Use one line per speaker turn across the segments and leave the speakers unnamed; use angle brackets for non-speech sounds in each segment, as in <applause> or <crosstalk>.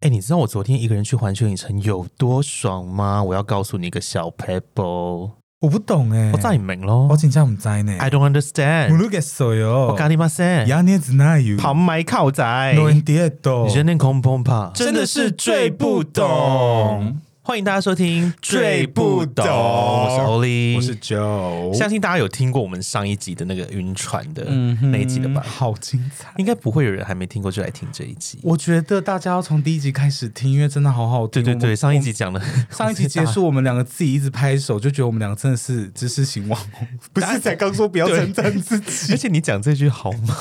哎、你知道我昨天一个人去环球影城有多爽吗？我要告诉你一个小 pebble，
我不懂哎、
我欸在明咯
我。真正唔知呢。
I don't understand，
모르겠어
哎
요
我哎咖喱马塞，
야네즈나유
旁白靠仔，
노엔디에
你
도
真念空空吧，
真的是最不懂。
欢迎大家收听《
最不懂
我是欧丽，
我是 Joe，
相信大家有听过我们上一集的那个晕船的
嗯
那一集的吧？
好精彩。
应该不会有人还没听过就来听这一集。
我觉得大家要从第一集开始听，因为真的好好听。
对对
我
对，
们
上一集讲的，
上一集结束，我们两个自己一直拍手，就觉得我们两个真的是知识型网红。不 <laughs> 是才刚说不要
对
赞自己，
<laughs> 而且你讲这句好
<laughs>
吗？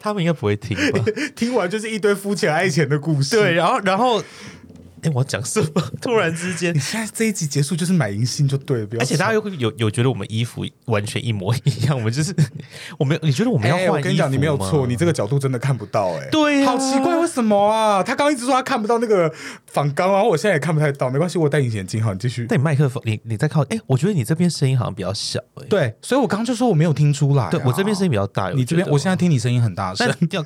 他们应该不会听吧？
听完就是一堆肤浅爱钱的故
<laughs>
事。
对，，然后然后，哎，我讲什么？ <laughs> 突然之间
你，现在这一集结束就是买银杏就对了，不要
而且大家
吵
又有有觉得我们衣服完全一模一样，我们就是 <laughs> 我们，你觉得我们要
哎我
换
跟
衣
你
服
讲，
吗？
你没有错，你这个角度真的看不到哎、
对啊
好奇怪，为什么啊？他刚刚一直说他看不到那个仿钢，然后我现在也看不太到，没关系，我戴隐形眼镜，好，你继续。
但你麦克风，你你在靠，哎，我觉得你这边声音好像比较小，哎，
对，所以我刚刚就说我没有听出来啊、
对我这边声音比较大，
你这边，
觉得
我现在听你声音很大声
但，要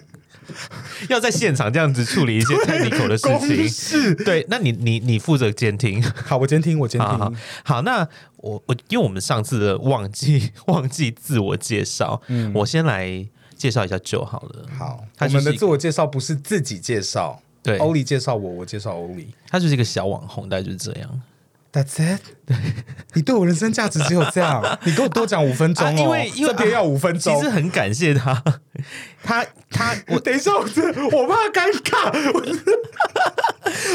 要在现场这样子处理一些 technical 的事情。
式。
对，那你你你负责监听，
好，我监听，我监
好
听
好。啊好。那我我因为我们上次的忘记 <laughs> 忘记自我介绍，我先来介绍一下就好了。
嗯好，
他
我
就
们
是
的
一
自
个
我介绍不是自己介绍，
对
欧里介绍我，我介绍欧里。
他就是一个小网红，大概就是这样。
That's it。你对我人生价值只有这 <laughs> 样，你给我多讲五分钟哦，
啊因为因为
这边要五分
其
钟
实。很感谢他， <laughs> 他他
我
我
<laughs> 等一下，我这我怕尴尬，我真的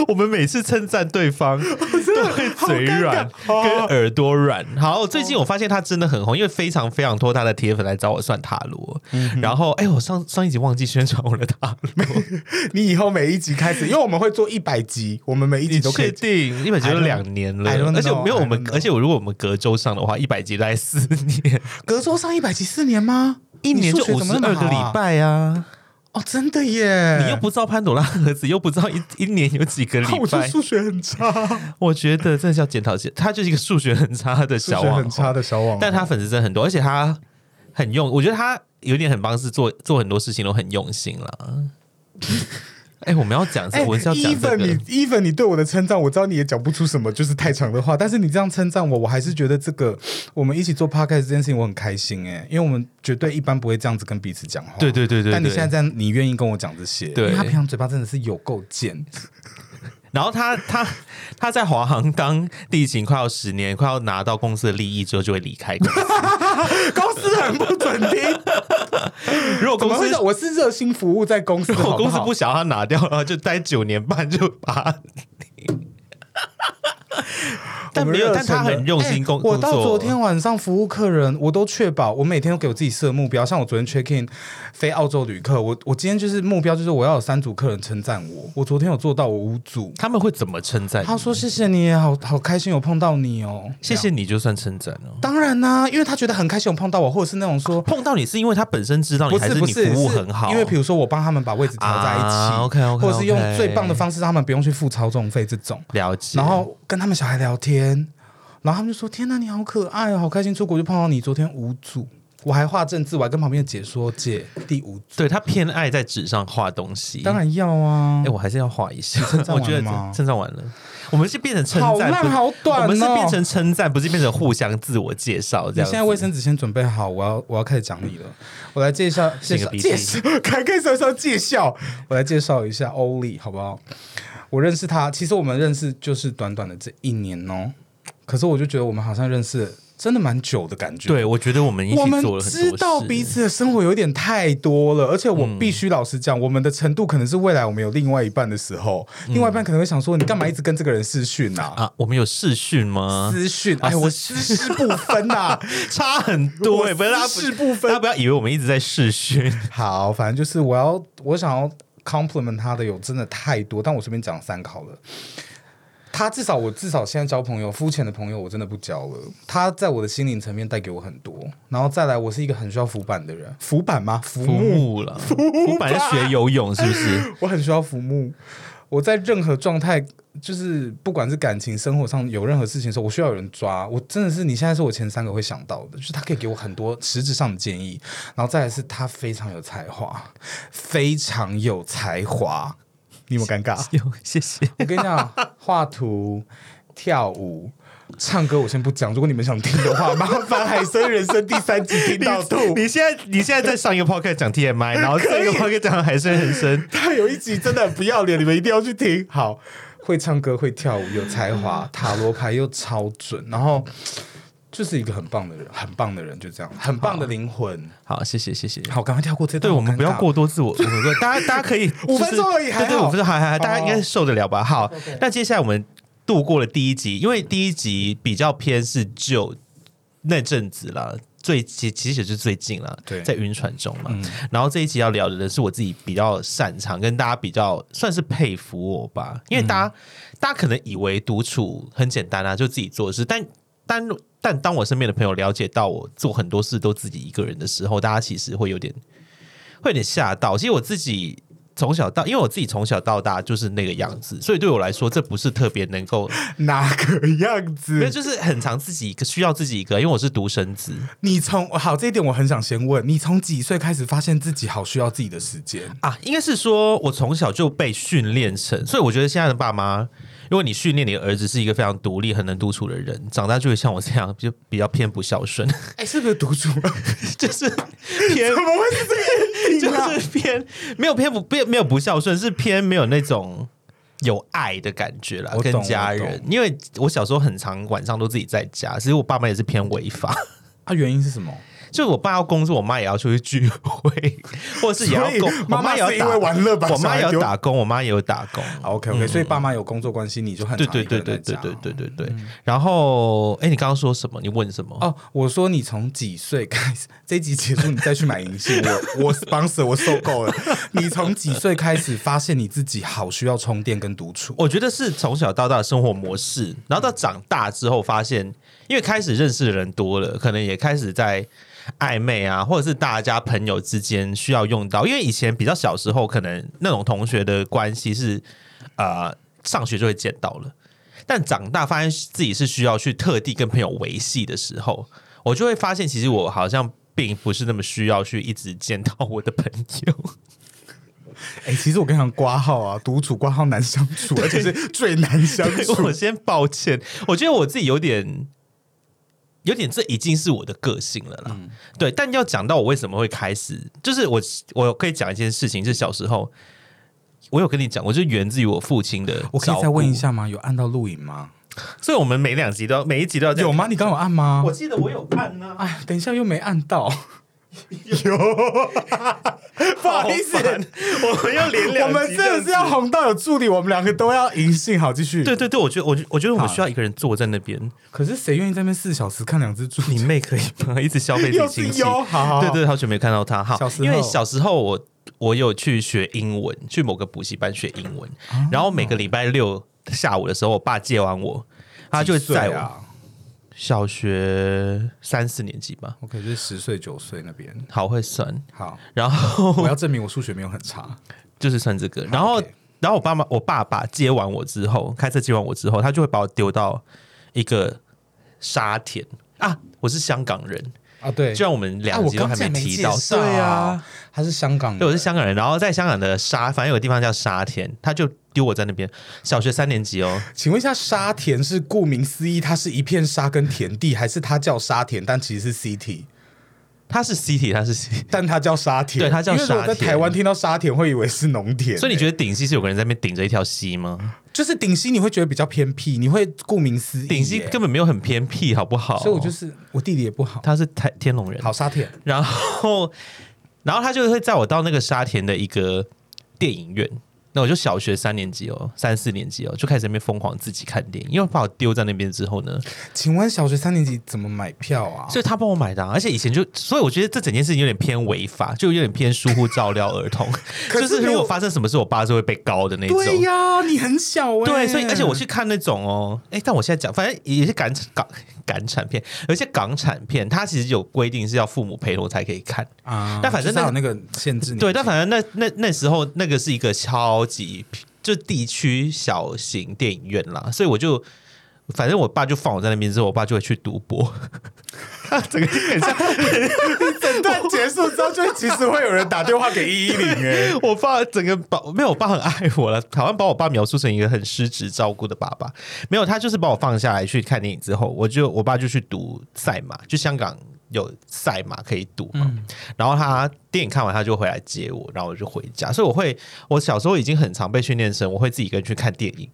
我们每次称赞对
<laughs>
方都会
好
嘴
尴尬
软
好
跟耳朵软。好，最近我发现他真的很红，因为非常非常多他的铁粉来找我算塔罗。
嗯
然后，哎，我上上一集忘记宣传我的塔罗，
<laughs> 你以后每一集开始，因为我们会做一百集，我们每一集
你
都可
确
以。
定？一百集都
I don't-
两年了
I don't，know，
而且没有我
I
们
don't，know
而且我如果我们隔周上的话，一百集大概四年，
隔周上一百集四年吗？
一年就
你数学
五
怎
十
么那
二
么好
个
啊
礼拜啊！
哦，真的耶！啊
你又不知道潘朵拉盒子，又不知道一一年有几个礼
<laughs> 我觉得
拜，
数学很差，
我觉得真的是要检讨一下。他就是一个数学很差的
数
小
学
网
很
红
差。的小网红，
但他粉丝真的很多，而且他很用，我觉得他有点很帮是做做很多事情都很用心
<laughs>
啦。哎、我们要讲这，
哎
我是要讲这
even 你
个。
even 你对我的称赞，我知道你也讲不出什么就是太长的话，但是你这样称赞我，我还是觉得这个我们一起做 podcast 这件事情我很开心哎、因为我们绝对一般不会这样子跟彼此讲话。
对对对对对
但你现在这样，你愿意跟我讲这些，
对
因为他平常嘴巴真的是有够
<laughs>
贱，
然后他他他在华航当地勤快要十年，快要拿到公司的利益之后就会离开公
<laughs>
司。
公司很不准听。
如果
怎
公
么会
司
的？我是热心服务在公司，
如果
好
公司
好
不想要他拿掉，然后就待九年半就把
<laughs>
他。但没有，但他很用心工
哎
工作。
我到昨天晚上服务客人，我都确保我每天都给我自己设目标。像我昨天 check in 飞澳洲旅客，我我今天就是目标就是我要有三组客人称赞我，我昨天有做到，我五组。
他们会怎么称赞你？
他说：“谢谢你，好好开心有碰到你哦。”
谢
这样。
谢你就算称赞哦。
当然啦、因为他觉得很开心有碰到我，或者是那种说
碰到你是因为他本身知道你，
不
哦还
不
你服
是
务
是
很好？
因为比如说我帮他们把位置调在一起
啊，OK，OK，OK
或者是用最棒的方式让他们不用去付超重费这种。
了解，
然后跟他们小孩聊天，然后他们就说：“天哪，你好可爱哦，好开心！出国就碰到你。昨天五组，我还画正字，我还跟旁边的解说姐第五组，
对他偏爱在纸上画东西，
当。然要啊
哎、。我还是要画一下
称，赞
我
完
觉得
了吗
称赞完了，我们是变成称
好
赞，
烂
不
好短
我们是
哦
变成称赞，不是变成互相自我介绍这
你
样子。
现在卫生纸先准备好，我要我要开始讲你了。我来介绍介
擤个
绍
鼻涕
介绍， <laughs> 开开稍稍介绍，我来介绍一下欧丽，好不好？我认识他，其实我们认识就是短短的这一年哦，可是我就觉得我们好像认识了真的蛮久的感觉。
对，我觉得我们一
我
起
们
做了很多事，嗯
知道彼此的生活有点太多了，而且我必须老实讲，我们的程度可能是未来我们有另外一半的时候，
嗯
另外一半可能会想说，你干嘛一直跟这个人私讯啊？
啊，我们有视讯吗？
私讯，
啊
哎，我
私
私事不分啊呐、
<laughs> 差很多哎、
我
不是
私事不分
大家不要以为我们一直在视讯，
好，反正就是我要，我想要 compliment 他的有真的太多，但我随便讲三个好了。他至少我至少现在交朋友，肤浅的朋友我真的不交了。他在我的心灵层面带给我很多，然后再来，我是一个很需要浮板的人，浮板吗？浮
服
木。
务了，我本来学游泳是不是？
我很需要浮木。我在任何状态，就是不管是感情、生活上有任何事情的时候，我需要有人抓。我真的是你现在是我前三个会想到的，就是他可以给我很多实质上的建议，然后再来是他非常有才华，非常有才华。你有没有尴尬？
有谢谢。
<laughs> 我跟你讲，画图、跳舞、唱歌，我先不讲。如果你们想听的话，麻烦《海参人生》第三集听到吐。
你现在你现在在上一个 podcast 讲 <laughs> TMI，然后这个 podcast 讲海参人生，
他有一集真的很不要脸，你们一定要去听。好，会唱歌，会跳舞，有才华，塔罗牌又超准，然后就是一个很棒的人，很棒的人，就这样，很棒的灵魂。
好谢谢谢谢。
好，赶快跳过这段。
对我们
好尴尬
不要。过多自我，我们不要大家大家可以
<laughs> 五分钟而已
就是
还
对对，
好
五分钟还还还，大家
哦
应该受得了吧？好，那接下来我们度过了第一集，因为第一集比较偏是就那阵子啦，最其其实也是最近啦，
对
在晕船中嘛。然后这一集要聊的是我自己比较擅长，跟大家比较算是佩服我吧，因为大家、大家可能以为独处很简单啊，就自己做事，但但但当我身边的朋友了解到我做很多事都自己一个人的时候，大家其实会有点会有点吓到。其实我自己从小到，因为我自己从小到大就是那个样子，所以对我来说，这不是特别能够，
哪个样
因为
子？
就是很常自己一个需要自己一个，因为我是独生子。
你从好这一点，我很想先问你，从几岁开始发现自己好需要自己的时间？
啊，应该是说我从小就被训练成，所以我觉得现在的爸妈，如果你训练你的儿子是一个非常独立、很能独处的人，长大就会像我这样，就比较偏不孝顺， <laughs>
哎，是不是独处？ <laughs> 怎
就是偏
么会是这个啊
就是偏没有偏不偏没有不孝顺，是偏没有那种。有爱的感觉啦，
我懂
跟家
我
人
懂，
因为我小时候很常晚上都自己在家，其实我爸妈也是偏违法，
啊？原因是什么？
就我爸要工作，我妈也要出去聚会，或者是也要
所
工
以，
我
妈妈
也要
是因
打
为玩乐把
我
小
妈
孩
也
丢
要打工，我妈也有打工，
OK OK，、所以爸妈有工作关系，你就很
对
常
对
一个
对
人
对
在
对
家嗯
对对对对。然后，哎，你刚刚说什么？你问什么？
哦，我说你从几岁开始？ <laughs> 这一集结束你再去买银杏，我 <laughs> 我 sponsor 我受够了。 <laughs> 你从几岁开始发现你自己好需要充电跟独处？
我觉得是从小到大的生活模式，然后到长大之后发现，因为开始认识的人多了，可能也开始在暧昧啊，或者是大家朋友之间需要用到。因为以前比较小时候，可能那种同学的关系是呃上学就会见到了，但长大发现自己是需要去特地跟朋友维系的时候，我就会发现，其实我好像并不是那么需要去一直见到我的朋友。
哎、其实我跟你讲，挂号啊，独处挂号难相处，而且是最难相
对
处
我。先抱歉，我觉得我自己有点，有点，这已经是我的个性了啦。对，但要讲到我为什么会开始，就是我我可以讲一件事情，是小时候我有跟你讲，我就源自于我父亲的。
我可以再问一，下吗？有按到录影吗？
所以我们每两集都要，每一集都要这样
有？吗？你刚有按吗
<laughs> 我？记得我有按呢、
哎，等一下又没按到。
<laughs>
有， <laughs> 不好意思
好，烦我们要连
<laughs> 我
两集，
们真的是要。红到有助理，我们两个都要银杏。好，继续。
对对对，我觉得，我觉得我觉得我们
好
需要一个人坐在那边，
可是谁愿意在那边四小时看两只猪？
你妹可以吗？ <laughs> 一直消费自己亲戚，
有，好好，
对，对，好久没看到他哈
哦小。时候
因为小时候我我有去学英文，去某个补习班学英文，
哦
然后每个礼拜六下午的时候，我爸接完我，他就会载我、
啊。
小学三四年级吧，
OK，就是十岁九岁那边。
好会算，
<laughs> 好，
然后 <laughs>
我要证明我数学没有很差。
就是算这个，然后
OK
然后我爸妈我爸爸接完我之后，开车接完我之后，他就会把我丢到一个沙田啊，我是香港人，
啊，对
居然我们
啊，
两
我
集都
刚
还
才
没提
介
到，
绍
对啊。，
他是香港人，
对，我是香港人，然后在香港的沙，反正有个地方叫沙田，他就丢我在那边。小学三年级哦，
请问一下，沙田是顾名思义，它是一片沙跟田地，还是它叫沙田，但其实是 CT，
他是 City，他是 City，
但它叫沙田？
对它叫
因为如果
沙
在
田
台湾听到沙田，会以为是农田、
所以你
得
觉得顶溪是有个人在那边顶着一条溪吗？
就是顶溪，你会觉得比较偏僻，你会顾名思义、
顶溪
耶
根本没有很偏僻，好不好？
所以我就是我地理也不好。
他是台天龙人，
好，沙田
然后然后他就会载我到那个沙田的一个电影院。那我就小学三年级哦，三四年级哦，就开始在那边疯狂自己看电影，因为把我丢在那边之后呢，
请问小学三年级怎么买票啊？
所以他帮我买的啊、而且以前就，所以我觉得这整件事情有点偏违法，就有点偏疏忽照料儿童。
<laughs> 可
就是是
没
如
有
果发生什么事，我爸是会被告的那种。
对呀、你很小哎、
对所以而且我去看那种哦，哎，但我现在讲，反正也是港港港产片，有一些港产片，它其实有规定是要父母陪同才可以看。
啊，
但反正
就是
那
有那个限制你，
对，
<laughs>
但反正那那那时候那个是一个超级就地区小型电影院啦，所以我就反 <laughs> 正我爸就放我在那边之后，我爸就会去赌博，他整个很像
整圣诞结束之后，就其实会有人打电话给一一
<laughs>
零哎，
我爸整个把没有，我爸很爱我了。台湾把我爸描述成一个很失职照顾的爸爸，没有他就是把我放下来去看电影之后，我就我爸就去读赛马，就香港有赛马可以赌嘛。然后他电影看完他就回来接我，然后我就回家。所以我会，我小时候已经很常被训练成我会自己一个人去看电影，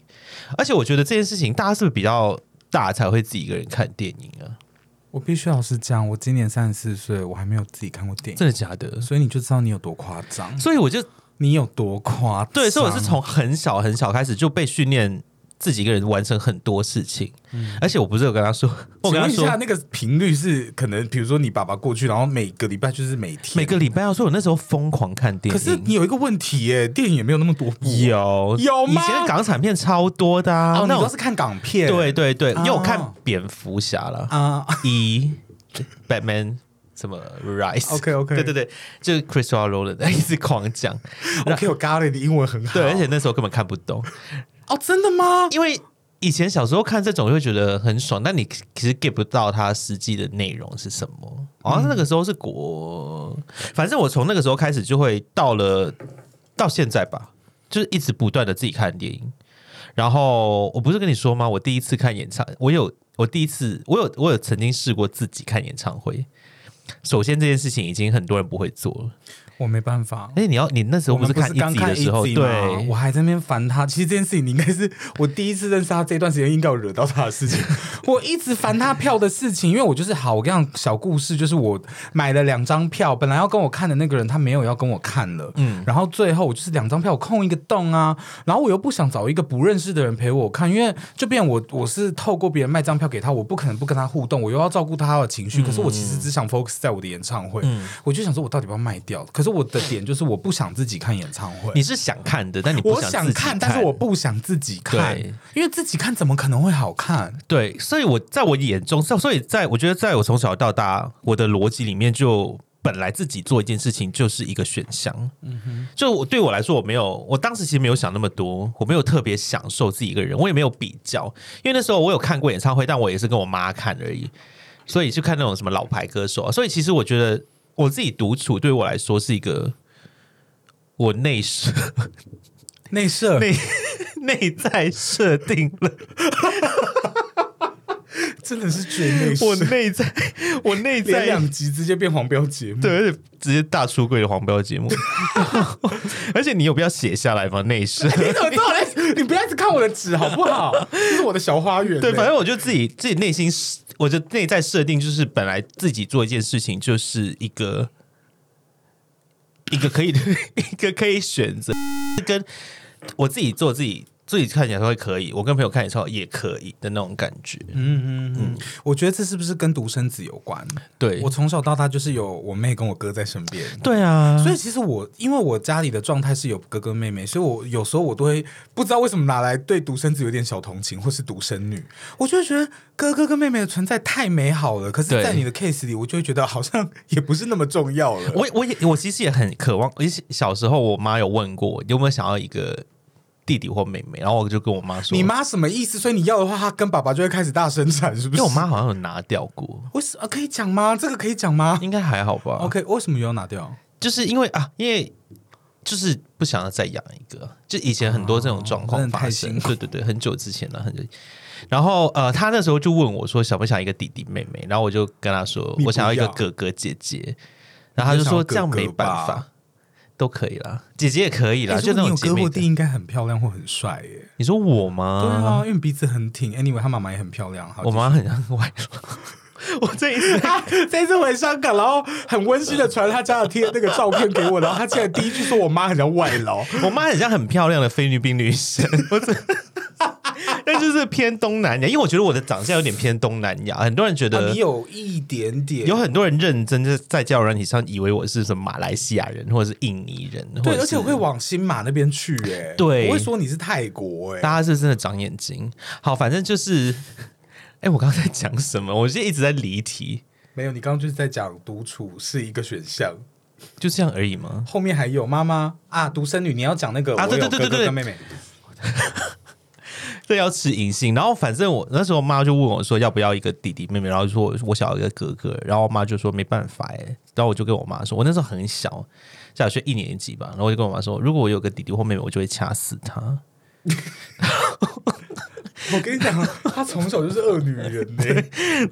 而且我觉得这件事情大家是不是比较大才会自己一个人看电影啊？
<laughs> 我必须老实讲，我今年三十四岁，我还没有自己看过电影，
真的假的？
所以你就知道你有多夸张，
所以我就
你有多夸张。
对，所以我是从很小很小开始就被训练自己一个人完成很多事情，而且我不是有跟他说，我
请
跟他
嗯问一下，
说。
那个频率是可能，比如说你爸爸过去，然后每个礼拜就是每天，
每个礼拜要说，我那时候疯狂看电
可
影。
是你有一个问题耶，电影也没有那么多部。
有
有
以
吗
前港产片超多的啊，
哦，
那
那我
我
是看港片，
对对对，因为我看
哦
蝙蝠侠了，
啊，
一 Batman 什么 Rise。
OK，OK
对对对，就是 Christopher Nolan 一直狂讲，
OK，我 got it，你英文很好。
对，而且那时候根本看不懂，
哦，真的吗？
<laughs> 因为以前小时候看这种就会觉得很爽，但你其实 get 不到它实际的内容是什么。好像那个时候是国，反正我从那个时候开始就会到了到现在吧，就是一直不断的自己看电影。然后我不是跟你说吗？我第一次看演唱，我有我第一次我有我有曾经试过自己看演唱会。首先这件事情已经很多人不会做了，
我没办法。
哎，你要你那时候
我们
是
不
看
是
一
刚
集
看
的时候，
一集
对，
吗我还在那边烦他。其实这件事情，你应该是我第一次认识他这段时间，应该有惹到他的事情。我一直烦他票的事情，因为我就是好，我跟你讲小故事，就是我买了两张票，本来要跟我看的那个人他没有要跟我看了，嗯，然后最后我就是两张票我空一个洞啊，然后我又不想找一个不认识的人陪我看，因为就变我我是透过别人卖张票给他，我不可能不跟他互动，我又要照顾他的情绪，可是我其实只想 focus 在我的演唱会，我就想说我到底要不要卖掉，可是我的点就是我不想自己看演唱会，
你是想看的，但你不
我
自
想
己
看，但是我不想自己看
对，
因为自己看怎么可能会好看？
对，所以我在我眼中，所所以在我觉得，在我从小到大，我的逻辑里面就。本来自己做一件事情就是一个选项，
嗯
就我对我来说，我没有，我当时其实没有想那么多，我没有特别享受自己一个人，我也没有比较，因为那时候我有看过演唱会，但我也是跟我妈看而已，所以就看那种什么老牌歌手啊，所以其实我觉得我自己独处对我来说是一个我内设 <laughs>
内射，
内内在设定了。
真的是绝内射，
我内在， <laughs> 我内
连
在，
两集直接变黄标
<laughs>
节目。
对，而且直接大出柜的黄标节目， <laughs> 而且你有必要写下来吗？内饰。
你怎么知道我
啊
在？你不要一直看我的纸好
<laughs>
不好？这是我的小花园欸。
对，反正我就自己自己内心，我的内在设定就是本来自己做一件事情就是一个一个可以 <laughs> 一个可以选择，跟我自己做自己自己看演唱会可以，我跟朋友看演唱会也可以的那种感觉。
嗯嗯嗯，我觉得这是不是跟独生子有关？
对
我，从小到大就是有我妹跟我哥在身边。
对啊，
所以其实我因为我家里的状态是有哥哥妹妹，所以我有时候我都会不知道为什么拿来对独生子有点小同情，或是独生女，我就会觉得哥哥跟妹妹的存在太美好了。可是，
对
在你的 case 里，我就会觉得好像 <laughs> 也不是那么重要了。
我我也我其实也很渴望，而且小时候我妈有问过我有没有想要一个弟弟或妹妹，然后我就跟我妈说，
你，妈什么意思？所以你要的话，她跟爸爸就会开始大生产，是不
因
是？
为我妈好像有拿掉过，
为什么可以讲吗？这个可以讲吗
应该还好吧
<laughs> ？OK，为什么又要拿掉？
就是因为啊，因为就是不想要再养一个，就以前很多这种状
哦
况
真的
发
太
生，
辛苦
对对对，很久之前了，很久。然后呃，他那时候就问我说想不想一个弟弟妹妹，然后我就跟他说
你不
我想要一个
要
哥哥姐姐，然后他就说
你就
这样
想要哥哥
没办
吧
法，都可以啦，姐姐也可以啦，
欸
就
如
那
果你
种姐
有哥
妹
或
的
弟，。应该很漂亮或很帅耶。
你说我吗？
对啊，因为你鼻子很挺。Anyway，她妈妈也很漂亮。好
我妈很很外露。 <laughs> 我这一次
他 <laughs> 这次回香港，然后很温馨的传他家的贴那个照片给我，然后他竟然第一句说我妈很像外
<laughs>
劳，
我妈很像很漂亮的菲律宾女神， <laughs> 我真。但就是偏东南亚，因为我觉得我的长相有点偏东南亚，很多人觉
啊
得
你。有一点点
有。很多人认真就是在交友软体上以为我是什么马来西亚人或者是印尼人，或
对，
者
而且我
是
会往新马那边去、哎，
对
我会说你是泰国、哎，
大家是真的长眼睛。好，反正就是， <laughs> 哎、我刚刚在讲什么？我就一直在离题，
没有，你刚刚就是在讲独处是一个选项，
就这样而已吗？
后面还有妈妈啊，独生女，你要讲那个
啊
我有
对对对
哥哥
对对
跟妹妹，
对，要吃银杏。然后反正我那时候妈就问我说要不要一个弟弟妹妹，然后就说我我想要一个哥哥，然后我妈就说没办法哎、然后我就跟我妈说，我那时候很小，下学一年级吧，然后我就跟我妈说，如果我有个弟弟或妹妹，我就会掐死他。
我跟你讲，她从小就是恶女人呢、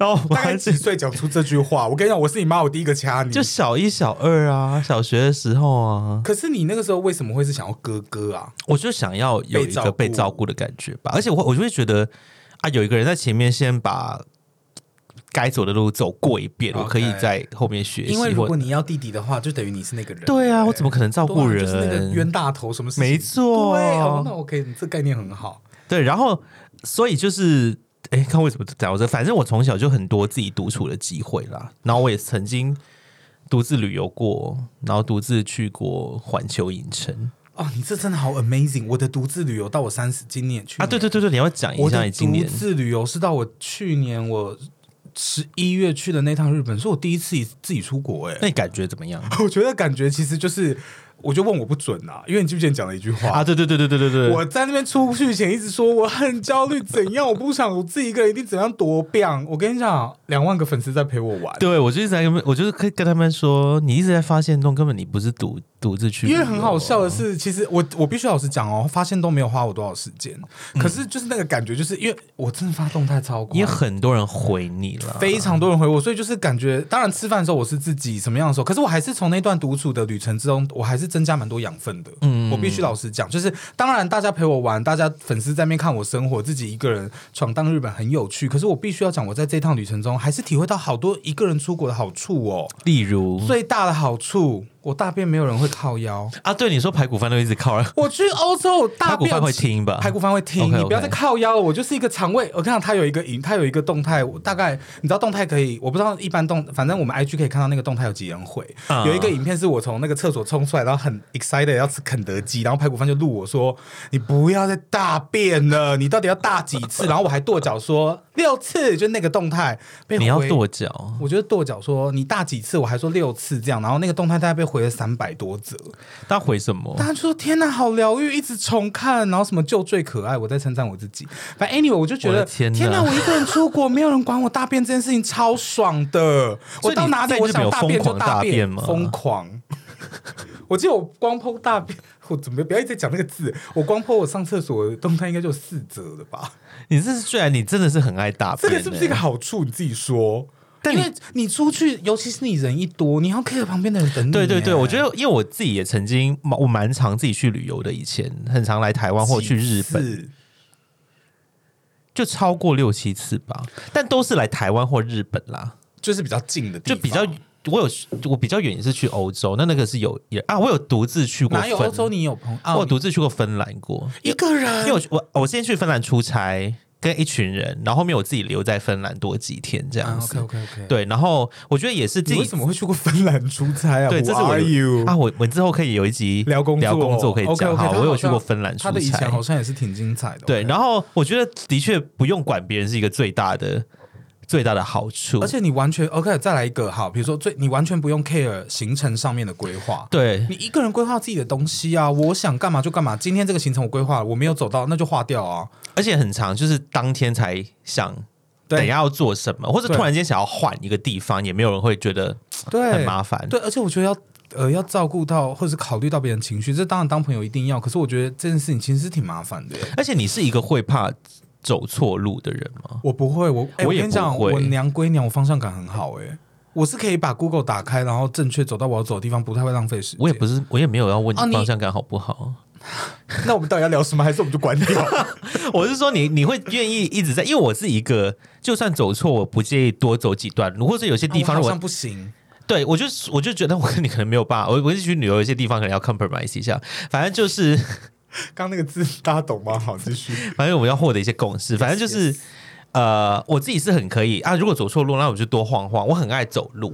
然后 <laughs> 我
大
妈
概
就
几岁讲出这句话？我跟你讲，我是你妈，我第一个掐你。
就小一、小二啊，小学的时候啊，
可是你那个时候为什么会是想要哥哥啊？
我就想要有一个被
被照
照
顾
顾的感觉吧。而且我我就会觉得啊，有一个人在前面先把该走的路走过一遍，我可以
OK
在后面学习。
因为如
或
果你要弟弟的话，就等于你是那个人。
对啊，我怎么可能照
照
顾人？
就是那个冤大头，什么事情？
没错
对，哦那 OK，你这概念很好。
对，然后所以就是，哎，看为什么讲到这，反正我从小就很多自己独处的机会啦。然后我也曾经独自旅游过，然后独自去过环球影城
哦，你这真的好 amazing！我的独自旅游到我三十，今年去
啊。
年
对对对对，你要讲一
我
下
的
你今年
独自旅游是到我去年我十一月去的那趟日本，是我第一次自己出国哎、
那你感觉怎么样
<laughs> 我觉得感觉其实就是，我就问我不准啊，因为你记不记得你讲了一句话？
啊？对对对对对对对，
我在那边出去前一直说我很焦虑，怎样我不想我自己一个人一定怎样多棒。我跟你讲，两万个粉丝在陪我玩，
对我就是在跟他们我就是可以跟他们说，你一直在发现中，根本你不是独独自去旅
因
游，
为很好笑的是，其实我我必须老实讲哦，发现都没有花我多少时间，可是就是那个感觉，就是因为我真的发动态超快
因为。很多人回你了，
非常多人回我，所以就是感觉，当然吃饭的时候我是自己什么样的时候，可是我还是从那段独处的旅程之中，我还是增加蛮多养分的。嗯，我必须老实讲，就是当然大家陪我玩，大家粉丝在那边看我生活，自己一个人闯荡日本很有趣。可是我必须要讲，我在这趟旅程中还是体会到好多一个人出国的好处哦。
例如
最大的好处，我大便没有人会靠腰。
啊，对你说排骨饭都一直靠，
我去欧洲，我
排
大
骨
便
饭会听吧？
排骨饭会听
OK，OK
你不要再靠腰了。我就是一个肠胃，我看到它有一个影，它有一个动态，我大概你知道动态可以，我不知道一般动，反正我们 IG 可以看到那个动态有几人回。
嗯
有一个影片是我从那个厕所冲出来，然后很 excited 要吃肯德基，然后排骨饭就录我说：“你不要再大便了，你到底要大几
<laughs>
次？”然后我还跺脚说六次，就那个动态被
你要
回
跺脚，
我觉得跺脚说你大几次，我还说六次这样，然后那个动态大概被回了三百多则，
他回什么？
大家就说天哪，好疗愈，一直重看，然后什么就最可爱，我在称赞我自己。反正 anyway，我就觉
我的
得
天哪
我一个人出国，没有人管我大便这件事情超爽的。
<laughs> 所以
我
你
到哪里
在
我
日本
想
有
大
疯
便就
狂大
大
便
便
吗
疯狂。 <laughs> 我记得我光剖大便， <laughs> 我怎么不要一直讲那个字？我光剖我上厕所的动态应该就有四折了吧？
你这是虽然你真的是很爱大
这
便、欸，
个是不是一个好处？你自己说。
但你
因为你出去，尤其是你人一多，你要 care 旁边的人等你。
对对对，我
得
觉得因为我自己也曾经，我蛮常自己去旅游的，以前很常来台湾或去日本，就超过六七次吧，但都是来台湾或日本啦，
就是比较近的地
就
方，
比较我有我比较远也是去欧洲，那那个是有也啊，我有独自去过
哪有欧
芬，
洲？你嗯有朋友啊？
我有独自去过芬兰过，
一个
因
人，
为我我我先去芬兰出差，跟一群人，然后后面我自己留在芬兰多几天这样子，
OK OK OK。，
对，然后我觉得也是自
啊你为
己
什么会去过芬兰出差啊？
对，这是
Who
我
are
的
you
啊，我我之后可以有一集
聊工作，
聊工作可以讲
OK，OK，
哈，
他好像
我有去过芬兰出
他的以前
差
好，像也是挺精彩的。
对，
OK
然后我觉得的确不用管别人是一个最大的最大的好处，
而且你完全 OK，再来一个好，比如说最你完全不用 care 行程上面的规划。
对
你一个人规划自己的东西啊，我想干嘛就干嘛。今天这个行程我规划了，我没有走到，那就划掉啊。
而且很长，就是当天才想
对
等一下要做什么，或者
对
突然间想要换一个地方，也没有人会觉得
对，
很麻烦。
对，而且我觉得要呃要照顾到或者是考虑到别人情绪，这当然当朋友一定要。可是我觉得这件事情其实是挺麻烦的耶。
而且你是一个会怕走错路的人吗？
我不会，我、哎
我
我
也
跟你讲，
不会
我娘归娘，我方向感很好哎、我是可以把 Google 打开，然后正确走到我要走的地方，不太会浪费时间。
我也不是，我也没有要问
哦
你
你
方向感好不好。
<laughs> 那我们到底要聊什么？还是我们就关掉？
我是说你，你会愿意一直在，因为我是一个，就算走错，我不介意多走几段路，或者有些 <laughs> 地方
啊
如果
我好像不行。
对，我就我就觉得我跟你可能没有办法，我我是去旅游，有些地方可能要 compromise 一下。反正就是，
刚刚那个字大家懂吗？好，继续。
反正我们要获得一些共识。反正就是，呃，我自己是很可以啊。如果走错路，那我就多晃晃。我很爱走路，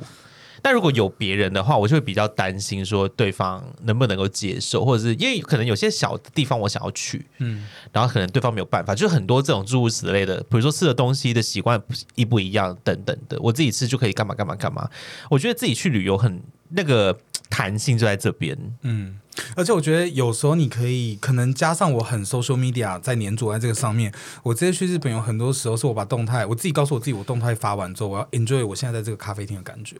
但如果有别人的话，我就会比较担心说对方能不能够接受，或者是因为可能有些小的地方我想要去，
嗯，
然后可能对方没有办法，就是很多这种诸如此类的，比如说吃的东西的习惯一不一样等等的，我自己吃就可以干嘛干嘛干嘛。我觉得自己去旅游很那个弹性就在这边，
嗯，而且我觉得有时候你可以可能加上我很 social media 在粘着在这个上面。我这次去日本有很多时候是我把动态，我自己告诉我自己，我动态发完之后，我要 enjoy 我现在在这个咖啡厅的感觉。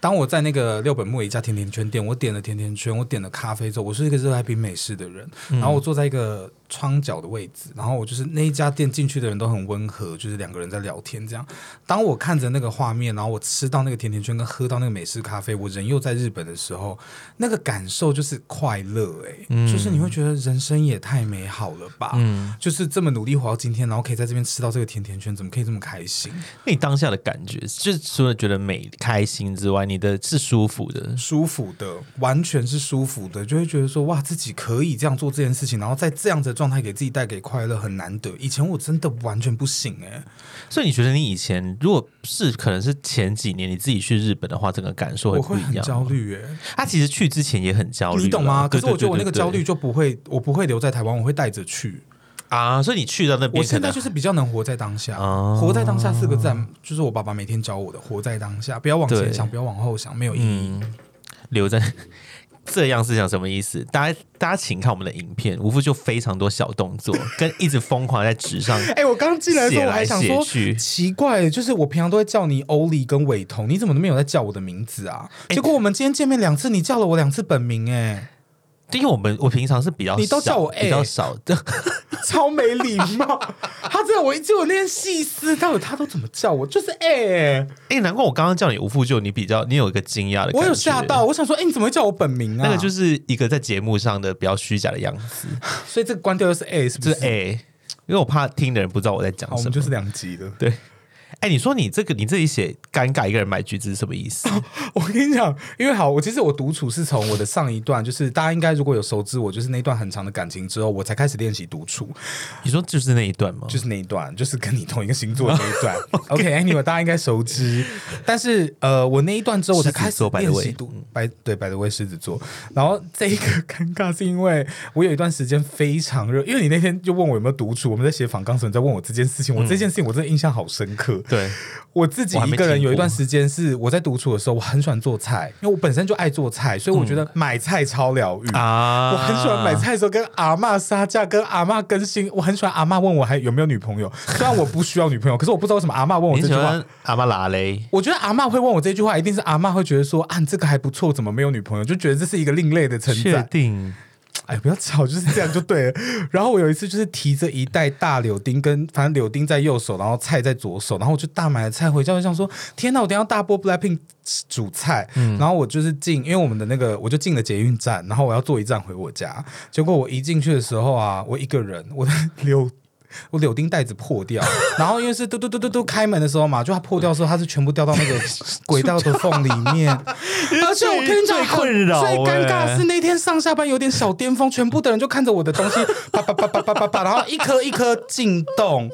当我在那个六本木一家甜甜圈店，我点了甜甜圈，我点了咖啡之后，我是一个热爱品美式的人，然后我坐在一个窗角的位置，然后我就是那一家店进去的人都很温和，就是两个人在聊天这样。当我看着那个画面，然后我吃到那个甜甜圈跟喝到那个美式咖啡，我人又在日本的时候，那个感受就是快乐哎、
嗯
就是你会觉得人生也太美好了吧？嗯，就是这么努力活到今天，然后可以在这边吃到这个甜甜圈，怎么可以这么开心？
那你当下的感觉，就是除了觉得美、开心之外，你的是舒服的。
舒服的，完全是舒服的，就会觉得说哇，自己可以这样做这件事情，然后在这样子的状态给自己带给快乐，很难得。以前我真的完全不行哎、
所以你觉得你以前如果是可能是前几年你自己去日本的话，整个感受
我
不
会
一
很
样。
焦虑哎、
他其实去之前也很焦虑啦，
你懂吗？可
对
是我觉得我那
对对
个焦
对
虑就不会，我不会留在台湾，我会带着去。
啊，所以你去到那边，
我现在就是比较能活在当下，
哦
活在当下四个字，就是我爸爸每天教我的，活在当下，不要往
对
前想，不要往后想，没有意义。
嗯，留在这样是想什么意思？大家大家请看我们的影片，吴父就非常多小动作，跟一直疯狂在纸
<laughs>
上
哎、我刚进来的时
写
候，我
来
还想
写
说，
去。
奇怪，就是我平常都会叫你欧丽跟伟彤，你怎么都没有在叫我的名字啊？
哎
结果我们今天见面两次，你叫了我两次本名、哎
因为我们我平常是比较
你都
少
叫我
比较
欸
少的，
哎，超没礼貌。 <laughs> 他真的，我一直有那些细思，到底他都怎么叫我？就是哎、
哎、难怪我刚刚叫你吴父舅，你比较你有一个惊讶的感觉，
我有吓到，。我想说，哎、你怎么会叫我本名啊？，
那个就是是一个在节目上的比较虚假的样
<laughs>
子，
所以这个关掉又是哎、是不？
就是是哎、因为我怕听的人不知道我在讲
好，我
什
们
么。
就是两级的。
对，哎、你说你这个你自己写尴尬一个人买橘子是什么意思？
<laughs> 我跟你讲，因为好，我其实我独处是从我的上一段，就是大家应该如果有熟知我，就是那段很长的感情之后，我才开始练习独处。 <laughs>
你说就是那一段吗？
就是那一段，就是跟你同一个星座的
<laughs>
那一段。OK，Anyway，、大家应该熟知。但是呃，我那一段之后，我才开
狮
始
子座
练
by the
习
way
读白对白的位狮子座。然后这一个尴尬是因为我有一段时间非常热，因为你那天就问我有没有独处，我们在写访纲的时候你在问我这件事情，我这件事情我真的印象好深刻。
对，
我自己
我还没
一个人
听过
有一段时间是我在独处的时候，我很喜欢做菜，因为我本身就爱做菜，所以我觉得买菜超疗愈。
嗯啊
<laughs> 我很喜欢买菜的时候跟阿嬷杀价，跟阿嬷更新。我很喜欢阿嬷问我还有没有女
<laughs>
朋友，虽然我不需要女朋友，可是我不知道为什么阿嬷问我
啊你
这句
喜
话。
欢阿妈拉嘞？
我觉得阿嬷会问我这句话，一定是阿嬷会觉得说啊，你这个还不错，怎么没有女朋友？就觉得这是一个另类的称
确
赞。 <laughs>
定？
哎，不要吵，就是这样就对了。然后我有一次就是提着一袋大柳丁跟，反正柳丁在右手，然后菜在左手，然后我就大买了菜回家，我就想说，天哪，我等一下要大波 Blackpink 煮菜。然后我就是进，因为我们的那个，我就进了捷运站，然后我要坐一站回我家。结果我一进去的时候啊，我一个人，我的 <laughs> 柳。我柳丁袋子破掉， <laughs> 然后因为是嘟嘟嘟嘟嘟开门的时候嘛，就它破掉的时候，它是全部掉到那个轨道的缝里面。而且我跟你讲，
最困扰
最尴尬
欸
的是那天上下班有点小巅峰，全部的人就看着我的东西， <laughs> 叭叭叭叭叭叭叭，然后一颗一颗进洞，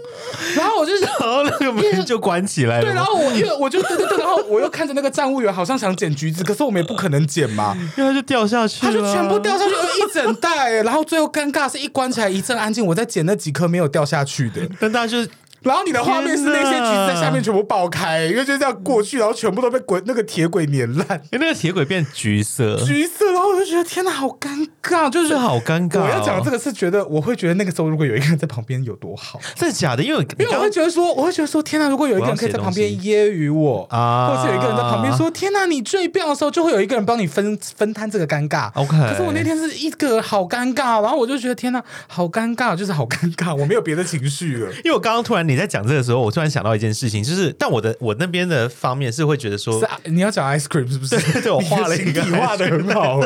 然后我就
然后那个门就关起来
对，
了
然
吗，
后我因为我就对对对，然后我又看着那个站务员，好像想捡橘子，可是我们也不可能捡嘛，
因为它就掉下去
他
了，啊
就全部掉下去，一整袋、欸然后最后尴尬是一关起来一阵安静，我在捡那几颗没有掉下去的。
但大家就是
然后你的画面是那些橘子在下面全部爆开，因为就这样过去，然后全部都被滚那个铁轨碾烂，
因为那个铁轨变橘色，
橘色，然后我就觉得天哪，好尴尬，就
这
是
好尴尬哦。
我要讲这个是觉得，我会觉得那个时候如果有一个人在旁边有多好，
真的假的？因为
因
因
为我会觉得说，我会觉得说，天哪！如果有一个人可以在旁边揶揄我
啊
或是有一个人在旁边说，天哪，你最棒的时候，就会有一个人帮你分分摊这个尴尬。
OK
可是我那天是一个好尴尬，然后我就觉得天哪，好尴尬，就是好尴尬，我没有别的情绪了。
因为我刚刚突然你在讲这个时候，我突然想到一件事情，就是但我的我那边的方面是会觉得说
是，啊，你要讲 ice cream 是不是？
对对我画了一个
你的形体画的很好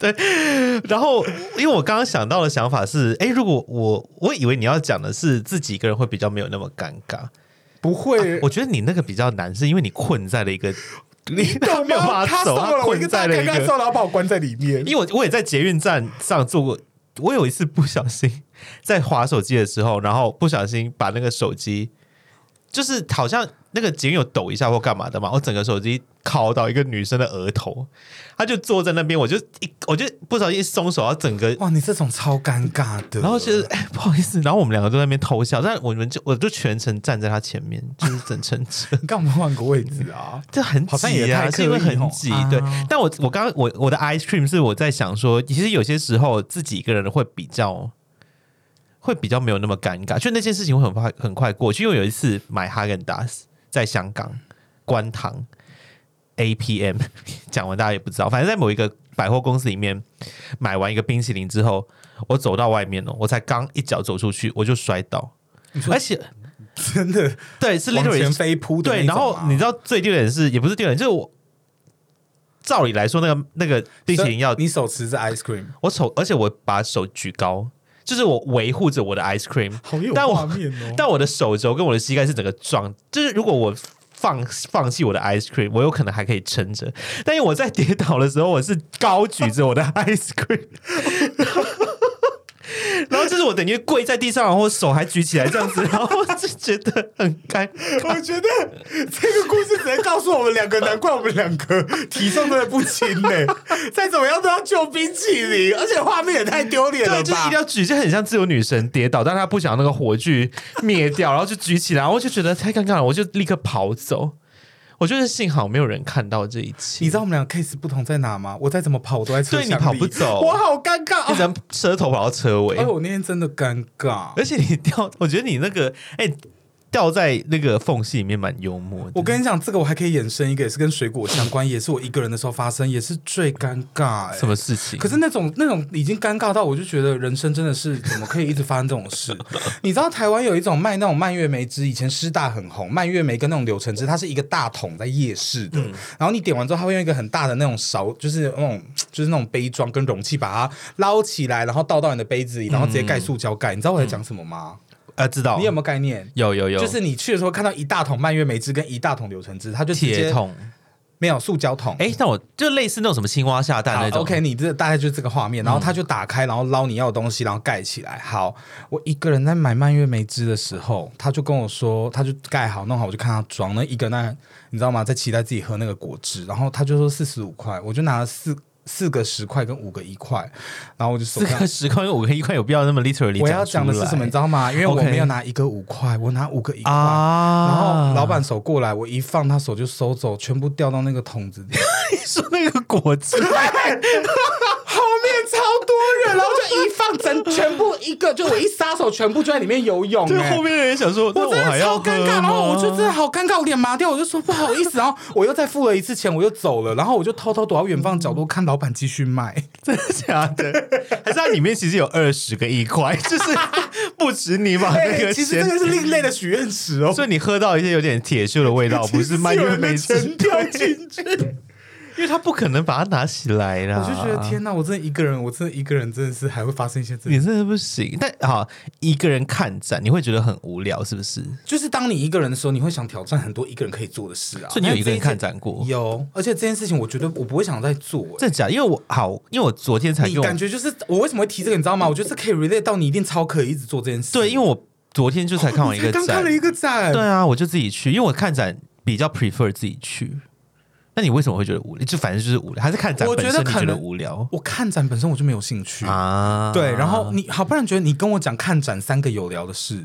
哎、
然后因为我刚刚想到的想法是，哎，如果我我以为你要讲的是自己一个人会比较没有那么尴尬，
不会，
啊我觉得你那个比较难，是因为你困在了一个。你
懂
没有办
吗？他
法
送
走，
了我一
困
个
在
大
了
尴
一
尬
个
之后，然后把我关在里面。
因为我我也在捷运站上做过，我有一次不小心在划手机的时候，然后不小心把那个手机，就是好像那个捷运有抖一下或干嘛的嘛，我整个手机靠到一个女生的额头，她就坐在那边，我就一我就不小心一松手，然后整个
哇，你这种超尴尬的。
然后就是哎、不好意思，然后我们两个都在那边偷笑，但我们就我就全程站在他前面，就是整程 <laughs> 车，
你干嘛换个位置啊？
这很
好像
挤
也
啊，
太
是因为
刻意
很
哦
挤。
啊
对，但我我刚刚我我的 ice cream 是我在想说，其实有些时候自己一个人会比较。会比较没有那么尴尬，就那件事情会很快很快过去。因为有一次买哈根达斯在香港观塘 APM，讲 <laughs> 完大家也不知道，反正在某一个百货公司里面买完一个冰淇淋之后，我走到外面哦，我才刚一脚走出去，我就摔倒，而且
真的
对是
往
literally
前飞扑的
对，
那
然
种
后
啊
你知道最丢脸的是，也不是丢脸，就是我照理来说，那个那个冰淇淋要
所以你手持着 ice cream，
我手，而且我把手举高，就是我维护着我的 ice cream，
好有
但我
画面哦。
但我的手肘跟我的膝盖是整个撞，就是如果我。放放弃我的 ice cream，我有可能还可以撑着，但是我在跌倒的时候，我是高举着我的 <laughs> ice cream，然后就是我等于跪在地上，然后我手还举起来这样子，然后我就觉得很尴尬。
我觉得这个故事只能告诉我们两个，难怪我们两个体重真的不轻呢、再怎么样都要救冰淇淋，而且画面也太丢脸
对，
了
就是一
吧
定！要举，就很像自由女神跌倒，但她不想那个火炬灭掉，然后就举起来，然后我就觉得太尴尬了，我就立刻跑走。我觉得幸好没有人看到这一切，
你知道我们俩 case 不同在哪吗？我再怎么跑，我都在车
对你
厢
跑
里
不走
我好尴尬。
一
啊
直车头跑到车尾
哎，，我那天真的尴尬。
而且你掉，我觉得你那个哎、掉在那个缝隙里面蛮幽默的。
我跟你讲，这个我还可以衍生一个，也是跟水果相关，也是我一个人的时候发生，也是最尴尬、哎
什么事情？
可是那种那种已经尴尬到，我就觉得人生真的是怎么可以一直发生这种
<laughs>
事？你知道台湾有一种卖那种蔓越莓汁，以前师大很红，蔓越莓跟那种柳橙汁，它是一个大桶在夜市
嗯
的，然后你点完之后，它会用一个很大的那种勺，就是那种就是那种杯装跟容器把它捞起来，然后倒到你的杯子里，然后直接盖塑胶盖。你知道我在讲什么吗？
呃，知道
你有没有概念？
有有有，
就是你去的时候看到一大桶蔓越莓汁跟一大桶柳橙汁，它就直
铁
接
桶。
没有塑胶桶。
哎、那我就类似那种什么青蛙下蛋
好
那种。
OK，你这大概就是这个画面，然后他就打开，然后捞你要的东西，然后盖起来。好，我一个人在买蔓越莓汁的时候，他就跟我说，他就盖好弄好，我就看他装。那一个那你知道吗？在期待自己喝那个果汁，然后他就说四十五块，我就拿了四四个十块跟五个一块，然后我就手
<laughs> 四
上
个十块跟五个一块有必要那么 literally
我要讲的
出
是什么，
来
你知道吗？因为我
OK
没有拿一个五块，我拿五个一块。
啊？
然后老板手过来，我一放，他手就收走，全部掉到那个桶子里。
说那个果汁， <laughs>
欸后面超多人，然后就一放整全部一个，就我一撒手，全部就在里面游泳、
对
欸
后面的人想说，那
我真
还
的
要
超
喝
尴尬，然后我就真的
吗
好尴尬，我脸麻掉，我就说不好意思，然后我又再付了一次钱，我又走了，然后我就偷偷躲到远方角落看老板继续卖。
真的假的？ <laughs> 还是它里面其实有二十个一块， <laughs> 就是不止你把 <laughs> 那
哎
个
其实
钱
这，个是另类的许愿池哦，
所以你喝到一些有点铁锈的味道，不
<laughs>
是蔓
有
越
人
莓
的
汁，
钱掉进去。
<laughs> 因为他不可能把它拿起来啦。
我就觉得。天哪，我真的一个人，我真的一个人真的是还会发生一些这
你真的不行，但好一个人看展，你会觉得很无聊，是不是？
就是当你一个人的时候，你会想挑战很多一个人可以做的事啊。
所以你有
那
一个人
这件
看展过，
有，而且这件事情我觉得我不会想再做、欸。
真的假的？因为我好，因为我昨天才
你
跟我
感觉就是我为什么会提这个，你知道吗？我觉得这可以 relate 到你一定超可以一直做这件事。
对，因为我昨天就才看完一个
你才刚
展
看了，一个展，
对啊，我就自己去，因为我看展比较 prefer 自己去。那你为什么会觉得无聊？就反正就是无聊，还是看展
我
本
觉
身
得
你
可
觉得
能
无聊
我看展本身我就没有兴趣。
啊？
对，然后你好，不然觉得你跟我讲看展三个有聊的事，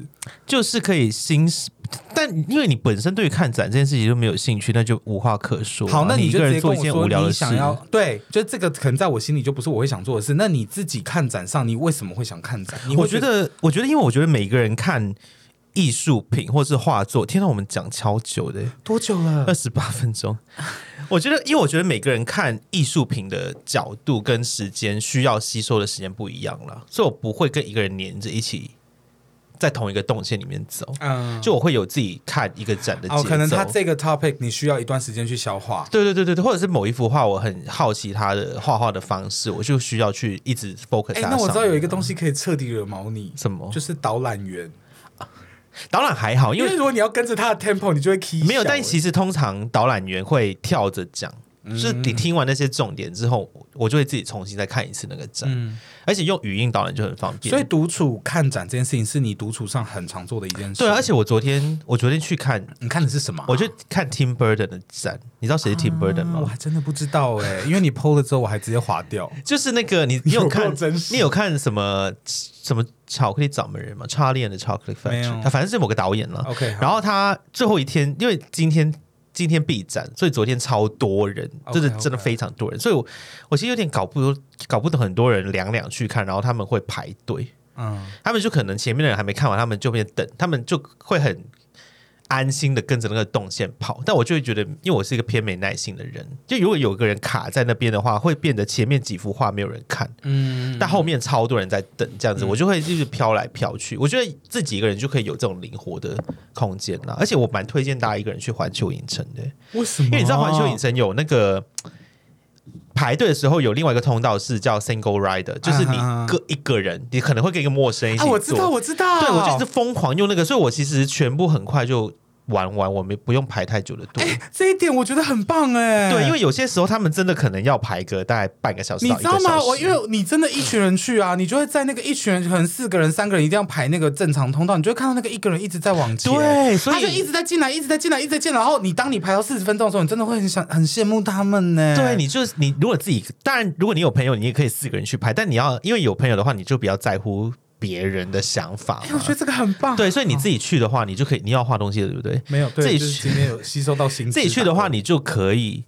就是可以欣赏，但因为你本身对于看展这件事情就没有兴趣，那就无话可说啊、
好，那
你一
就
个
直
人
接
做
跟
一
我
件无
说
聊的
你
事
想，要对，就这个可能在我心里就不是我会想做的事。那你自己看展上，你为什么会想看展？你会
我觉得，我觉得，因为我觉得每个人看艺术品或是画作，天呐，我们讲超久的、
多久了
<laughs> 二？十八分钟。我觉得，因为我觉得每个人看艺术品的角度跟时间需要吸收的时间不一样了，所以我不会跟一个人黏着一起在同一个动线里面走。
嗯，
就我会有自己看一个呃展的节奏，
哦，可能他这个 topic 你需要一段时间去消化。
对对对对对，或者是某一幅画，我很好奇他的画画的方式，我就需要去一直 focus 在，
哎
它
那我知道
上嗯
有一
面
个东西可以彻底惹毛你，
什么，
就是导览员。
当然还好，因
因为
为
如果你要跟着他的 tempo，你就会 key
没有，
小
但其实通常导览员会跳着讲，
嗯
就是你听完那些重点之后，我就会自己重新再看一次那个展，而且用语音导览就很方便。
嗯所以独处看展这件事情是你独处上很常做的一件事。
对啊，而且我昨天我昨天去看，
你看的是什么啊、
我去看 Tim Burton 的展，你知道谁是 Tim Burton
嗯我
吗？
还真的不知道哎、
欸
因为你 PO 了之后，我还直接划 <laughs> 掉。
就是那个你，你有
有
看
够真实
你有看什么什么巧克力掌门人吗？查理的巧克力
没有
factory，他反正是某个导演了。
OK，
然后他最后一天，因为今天今天闭展，所以昨天超多人，
OK，
真的真的
OK
非常多人。所以我我其实有点搞不搞不懂，很多人两两去看，然后他们会排队，
嗯，
他们就可能前面的人还没看完，他们就边等，他们就会很。安心的跟着那个动线跑，但我就会觉得，因为我是一个偏没耐心的人，就如果有个人卡在那边的话，会变得前面几幅画没有人看，
嗯，
但后面超多人在等，这样子，我就会一直飘来飘去。我觉得自己一个人就可以有这种灵活的空间啦，而且我蛮推荐大家一个人去环球影城的，
为什么？
因为你知道环球影城有那个。排队的时候有另外一个通道是叫 single rider，就是你
啊
个一个人，你可能会跟一个陌生人一起
啊，我知
坐
道，我知道，
对我就是疯狂用那个，所以我其实全部很快就玩完，我没不用排太久的队。
这一点我觉得很棒 <laughs> 哎、
对，因为有些时候他们真的可能要排个大概半个小时
你
到一
知
个
道
小时。
吗？我因为你真的一群人去啊，你就会在那个一群人，可能四个人、三个人一定要排那个正常通道，你就会看到那个一个人一直在往前，
对所以
他就一直在进来，一直在进来，一直在进来。然后你当你排到四十分钟的时候，你真的会很想很羡慕他们呢、
对，你就是你，如果自己，当然，如果你有朋友，你也可以四个人去拍，但你要因为有朋友的话，你就比较在乎别人的想法
哎、我
嘛
觉。得这个很棒。
对，所以你自己去的话，你就可以，你要画东西的，对不对？
没有对
自己
就是
去
今天有吸收到新知
自己去的话，
道
你就可以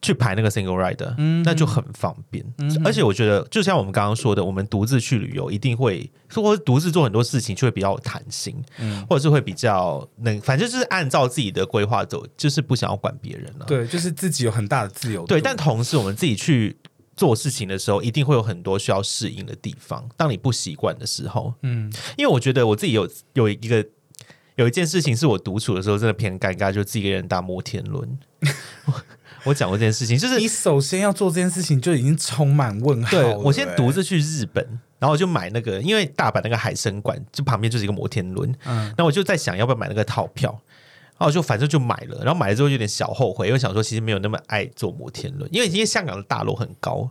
去排那个 single rider，、那就很方便。而且我觉得，就像我们刚刚说的，我们独自去旅游一定会，或者独自做很多事情，就会比较有弹性，或者是会比较能，反正就是按照自己的规划走，就是不想要管别人了、
对，就是自己有很大的自由度。
对，但同时我们自己去做事情的时候，一定会有很多需要适应的地方。当你不习惯的时候，
嗯，
因为我觉得我自己有有一个有一件事情是我独处的时候真的偏尴尬，就自己一个人搭摩天
<laughs>
轮。我我讲过这件事情，就是
你首先要做这件事情就已经充满问 <laughs> 号了、
对我先
哎
独自去日本，然后我就买那个，因为大阪那个海参馆就旁边就是一个摩天轮，
嗯
那我就在想要不要买那个套票，然后我就反正就买了，然后买了之后有点小后悔，因为想说其实没有那么爱坐摩天轮，因为因为香港的大楼很高，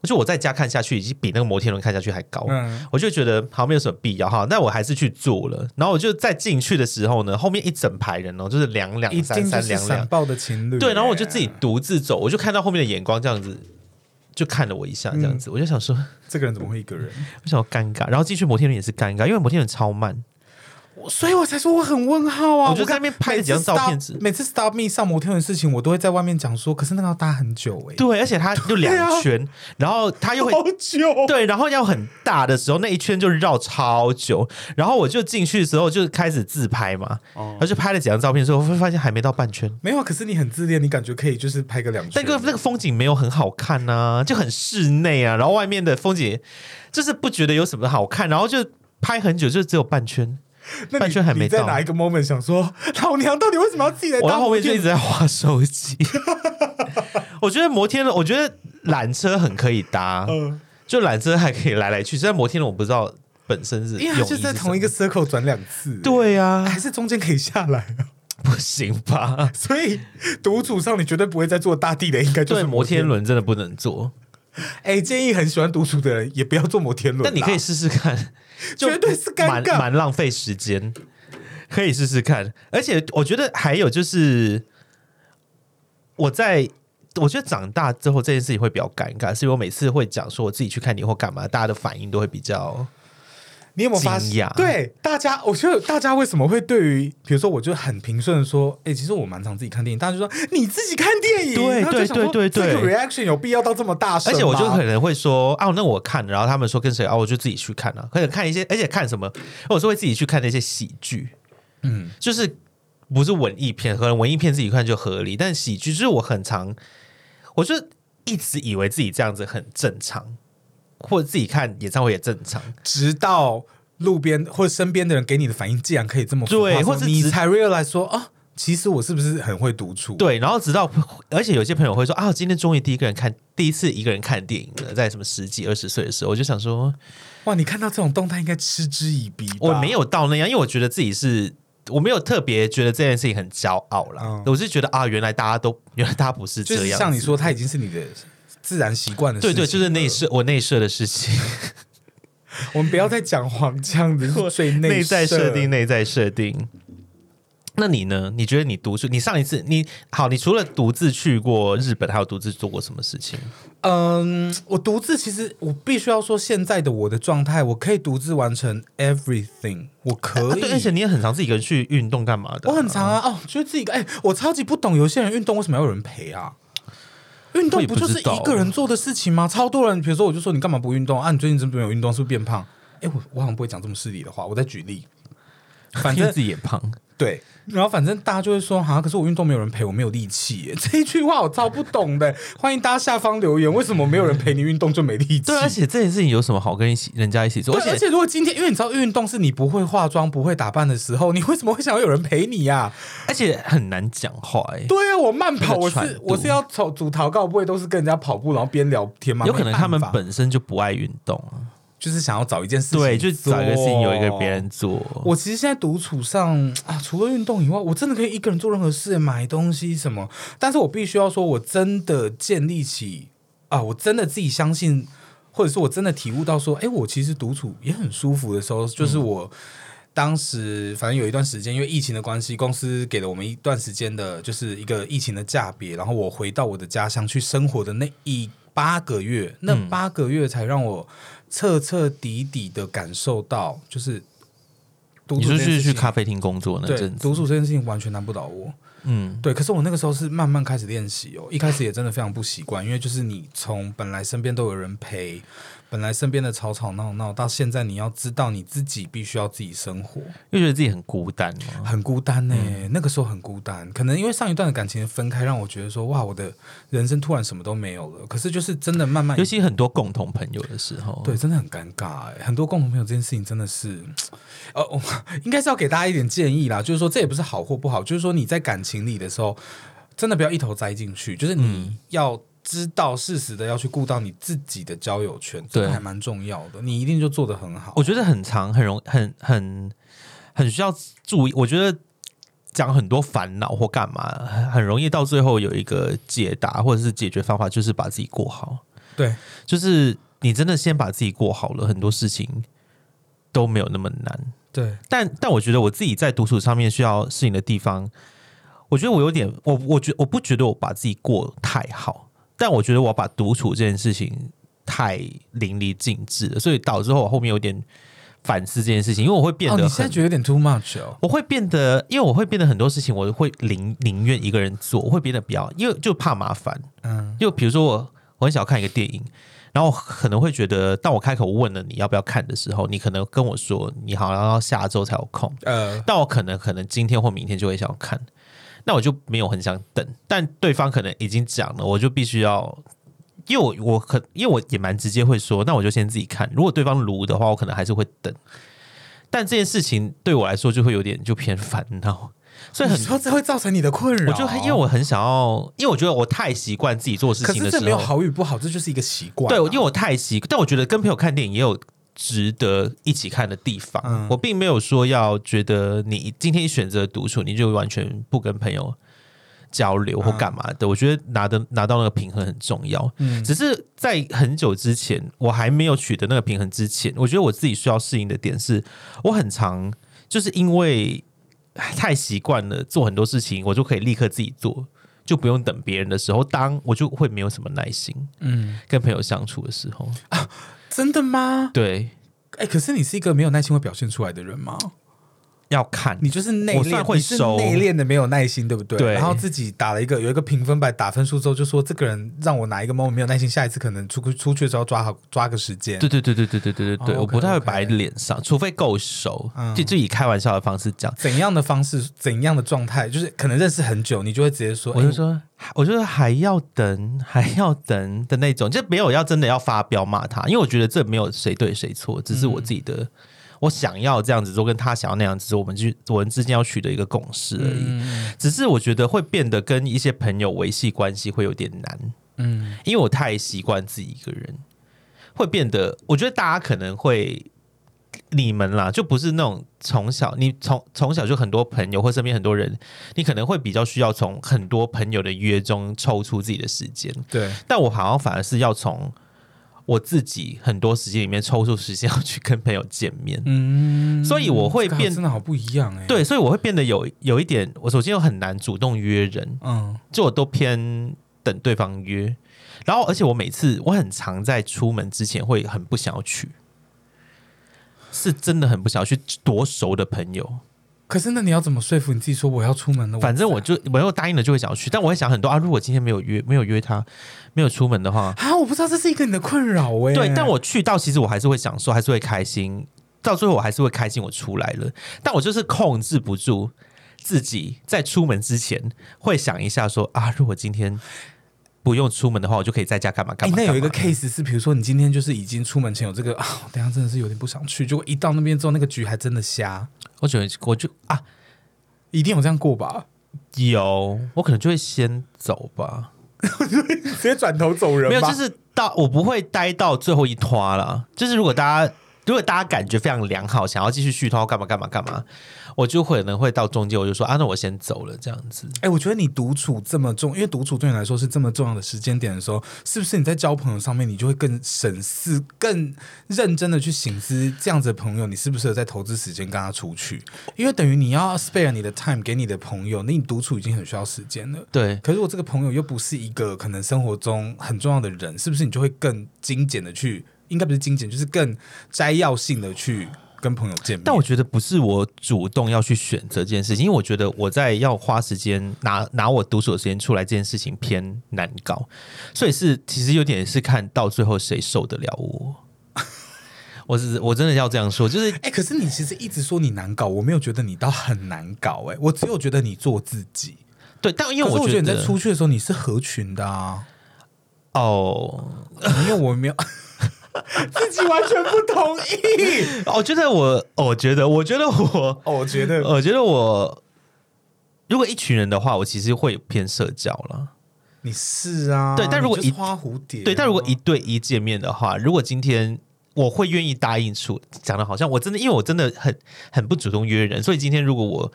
我就我在家看下去已经比那个摩天轮看下去还高，
嗯
我就觉得好像没有什么必要哈，那我还是去做了，然后我就在进去的时候呢，后面一整排人哦，就是两
一
两三
定就
三
是
两两
闪，爆的情侣、
对，然后我就自
己
己独自走，我就看到后面的眼光这样子，就看了我一下这样子，我就想说，
这个人怎么会一个人？
我想要尴尬，然后进去摩天轮也是尴尬，因为摩天轮超慢，
我所以我才说我很问号啊！
我就在
看
那边拍了几张照片纸
每次 stop 每次 Stop Me 上摩天轮的事情，我都会在外面讲说，可是那个要搭很久哎、
对，而且它就
对啊
两圈，然后它 <laughs> 又会。
好久。哦
对，然后要很大的时候，那一圈就绕超久。然后我就进去的时候就开始自拍嘛，然后就拍了几张照片之后，会发现还没到半圈，
没有，啊可是你很自恋，你感觉可以就是拍个两圈。
但那个那个风景没有很好看呐、就很室内啊，然后外面的风景就是不觉得有什么好看，然后就拍很久，就只有半圈。
那你
半圈还没
你在
到
哪一个 moment 想说， <laughs> 老娘到底为什么要自己来
我
搭
到后
摩
面就
天
一直
轮？
在划手
<laughs>
机。我觉得摩天轮，我觉得缆车很可以搭，
嗯，
就缆车还可以来来去去，但摩天轮我不知道本身是
因
用
为他
意呃是
就在
什
同一
么
个 circle 转两次，，
对啊呀、
还是中间可以下来 <laughs> 啊。
不行吧？
所以独处上你绝对不会再做大地雷，应 <laughs> 该就
对，
是
摩天
轮。
轮真的不能坐，
哎，建议很喜欢独处的人也不要做摩天轮啦，
但你可以试试
<laughs>
看，就
绝对是尴
蛮
尬
蛮浪费时间，可以试试看。而且我觉得还有就是，我在我觉得长大之后这件事情会比较尴尬，是因为我每次会讲说我自己去看你或干嘛，大家的反应都会比较。
你有没有发
惊
现
讶？
对大家，我觉得大家为什么会对于，比如说，我就很平顺的说，哎、其实我蛮常自己看电影，大家就说你自己看电影，
对
然后就
对
想说
对对对
这个 reaction 有必要到这么大
而
声吗？
且我就可能会说啊，那我看了，然后他们说跟谁啊，我就自己去看了、可能看一些，而且看什么，我是会自己去看那些喜剧，
嗯，
就是不是文艺片，可能文艺片自己看就合理，但喜剧就是我很常，我就一直以为自己这样子很正常，或者自己看演唱会也正常，
直到路边或身边的人给你的反应竟然可以这么浮夸
对
说
或是
你
直
才 realize 说啊，其实我是不是很会独处？，
对，然后直到，而且有些朋友会说啊，今天终于第一个人看，第一次一个人看电影了，在什么十几二十岁的时候，我就想说，
哇，你看到这种动态应该嗤之以鼻，
我没。有到那样，因为我觉得自己是我没有特别觉得这件事情很骄傲啦，
嗯
我是觉得啊，原来大家都原来大家不是
就
这
是
样，
像你，说，它已经是你的自然习惯的事
对
情
对，
了。
就是
<laughs>
内射我内射的事情，
我们不要再讲黄腔的最
<laughs>
内
内在设
设
定，。内在设定。那你呢？你觉得你读书，你上一次你好，你除了独自去过日本，还有独自做过什么事情？
嗯，我独自其实我必须要说，现在的我的状态，我可以独自完成 everything，我
啊
可以。
对，而且你也很常自己一个人去运动干嘛的、
我很常啊，哦，觉得自己哎、我超级不懂，有些人运动为什么要有人陪啊？运
我
动
也不
不就是
知道
一个人做的事情吗？超多人，比如说我就说你干嘛不运动啊？你最近真没有运动，是不是变胖？哎、我我好像不会讲这么势利的话，我在举例。反
因为
正
自己也
<laughs>
胖，
对，然后反正大家就会说哈、可是我运动没有人陪，我没有力气耶。 <laughs> 这一句话我超不懂的，欢迎大家下方留言，为什么没有人陪你运动就没力气？
对，而且这件事情有什么好跟一起人家一起做？
对
而且
而且如果今天，因为你知道运动是你不会化妆、不会打扮的时候，你为什么会想要有人陪你呀、
而且很难讲话、欸，
对啊，我慢跑，
那个
我
喘
是
度
我是要走主逃告，不会都是跟人家跑步，然后边聊天吗？
有可能他们
没办法
本身就不爱运动啊、
就是想要找一件事情，
对，就找一个事情有一个别。人做。
我其实现在独处上啊，除了运动以外，我真的可以一个人做任何事，买东西什么。但是我必须要说，我真的建立起啊，我真的自己相信，或者是我真的体悟到说，哎，我其实独处也很舒服的时候，就是
嗯
我。当时反正有一段时间，因为疫情的关系，公司给了我们一段时间的，就是一个疫情的假别。然后我回到我的家乡去生活的那一八个月，那八个月才让我彻彻底底的感受到，就是独
你
处
说
这件
去
事
去
情
咖啡厅工作那
对
阵子，
独处这件事情完全难不倒我。
嗯，
对，可是我那个时候是慢慢开始练习哦，一开始也真的非常不习惯，因为就是你从本来身边都有人陪，本来身边的吵吵闹闹，到现在你要知道你自己必须要自己生活，
又觉得自己很孤单嘛。
很孤单呢、
嗯
那个时候很孤单，可能因为上一段的感情的分开，让我觉得说哇，我的人生突然什么都没有了。可是就是真的慢慢
尤，其很多共同朋友的时候，
对，真的很尴尬、欸。很多共同朋友这件事情真的是，呃，我应该是要给大家一点建议啦，就是说这也不是好或不好，就是说你在感情里的时候，真的不要一头栽进去，
嗯
就是你要。知道适时的要去顾到你自己的交友圈，这
对
个还蛮重要的。你一定就做得很好
我。觉得很长，很容很很很需要注意。我觉得讲很多烦恼或干嘛，很很容易到最后有一个解答或者是解决方法，就是把自己过好。
对，
就是你真的先把自己过好了，很多事情都没有那么难。
对，
但但我觉得我自己在独处上面需要适应的地方，我觉得我有点，我我觉我不觉得我把自己过太好，但我觉得我把独处这件事情太淋漓尽致了，所以导致我后面有点反思这件事情，因为我会变
哦，
得
你现
很。
在觉得有点 too much 哦。
我会变得，因为我会变得很多事情，我会宁宁愿一个人做，我会变得比较，因为就怕麻烦。
嗯，
就比如说我我很想要看一个电影，然后可能会觉得，当我开口问了你要不要看的时候，你可能跟我说你好像要下周才有空，
呃，
但我可能可能今天或明天就会想要看，那我就没有很想等，但对方可能已经讲了，我就必须要，因为我我可因为我也蛮直接会说，那我就先自己看，如果对方撸的话，我可能还是会等，但这件事情对我来说就会有点就偏烦恼，所以很啊
你。说这会造成你的困扰，
我就很因为我很想要，因为我觉得我太习惯自己做事
可
情的
是
时
这
候，
没有好与不好，这就是一个习惯啊、
对，因为我太习，但我觉得跟朋友看电影也有值得一起看的地方。
嗯
我并没有说要觉得你今天选择独处，你就完全不跟朋友交流或干嘛的。我觉得拿的拿到那个平衡很重要。
嗯
只是在很久之前，我还没有取得那个平衡之前，我觉得我自己需要适应的点是，我很常就是因为唉太习惯了做很多事情，我就可以立刻自己做，就不用等别人的时候，当我就会没有什么耐心。
嗯，
跟朋友相处的时候，
啊真的吗？
对，
哎、可是你是一个没有耐心会表现出来的人吗？
要看
你就是内
我
敛，
算会
你是
收
内敛的没有耐心，对不对？
对
然后自己打了一个有一个评分牌，打分数之后就说这个人让我哪一个 moment 没有耐心，下一次可能出出去的时候抓好抓个时间。
对对对对对对对对对，
哦
我不太会
OK，OK
摆在脸上，除非够熟，
嗯
就就以开玩笑的方式讲。
怎样的方式，怎样的状态，就是可能认识很久，你就会直接说，
我就
哎
说，我觉得还要等， <laughs> 还要等的那种，就没有要真的要发飙骂他，因为我觉得这没有谁对谁错，只是我
嗯
自己的，我想要这样子做，跟他想要那样子做，我们去我们之间要取得一个共识而已。
嗯
只是我觉得会变得跟一些朋友维系关系会有点难，
嗯，
因为我太习惯自己一个人，会变得，我觉得大家可能会你们啦，就不是那种从小你从从小就很多朋友或身边很多人，你可能会比较需要从很多朋友的约中抽出自己的时间。
对，
但我好像反而是要从我自己很多时间里面抽出时间要去跟朋友见面，
嗯
所以我会
这个
变
真的好不一样哎、，
对，所以我会变得有有一点，我首先又很难主动约人，
嗯，
就我都偏等对方约。然后，而且我每次我很常在出门之前会很不想要去，是真的很不想要去多熟的朋友。
可是那你要怎么说服你自己说我要出门了？
反正我
在
就我又答应了就会想要去，但我会想很多啊。如果今天没有约没有约他，没有出门的话，
啊，我不知道这是一个你的困扰哎、
对，但我去到其实我还是会享受，还是会开心，到最后我还是会开心我出来了，但我就是控制不住自己在出门之前会想一下说啊，如果今天不用出门的话，我就可以在家干嘛干
哎、
嘛
那
干嘛。
有一个 case 是，比如说你今天就是已经出门前有这个啊，我等一下真的是有点不想去，结果一到那边之后，那个局还真的瞎，
我觉得我就啊
一定有这样过吧？
有，我可能就会先走吧，
直接转头走人
没有，
吧
就是到我不会待到最后一拖啦。就是如果大家。如果大家感觉非常良好，想要继续续拖干嘛干嘛干嘛，我就可能会到中间，我就说啊，那我先走了这样子。
哎、我觉得你独处这么重，因为独处对你来说是这么重要的时间点的时候，是不是你在交朋友上面，你就会更审视、更认真的去醒思这样子的朋友，你适不适合在投资时间跟他出去？因为等于你要 spare 你的 time 给你的朋友，那你独处已经很需要时间了。
对，
可是我这个朋友又不是一个可能生活中很重要的人，是不是你就会更精简的去？应该不是精简，就是更摘要性的去跟朋友见面。
但我觉得不是我主动要去选择这件事情，因为我觉得我在要花时间拿拿我独处的时间出来这件事情偏难搞，所以是其实有点是看到最后谁受得了我。我是我真的要这样说，就是
哎、可是你其实一直说你难搞，我没有觉得你到很难搞、哎，我只有觉得你做自己。
对，但因为
可是
我
我觉
觉
得你
得
在出去的时候你是合群的啊，
哦，
因为我
<laughs>
没有自己完全不同意。
我哦觉得我，我觉得，我觉得我，
<laughs> 哦，我觉得
我觉得我，如果一群人的话，我其实会偏社交了。
你是啊，
对但如果
你就是
一
花蝴蝶啊、
对，但如果一对一见面的话，如果今天我会愿意答应出，讲的好像我真的，因为我真的很很不主动约人，所以今天如果我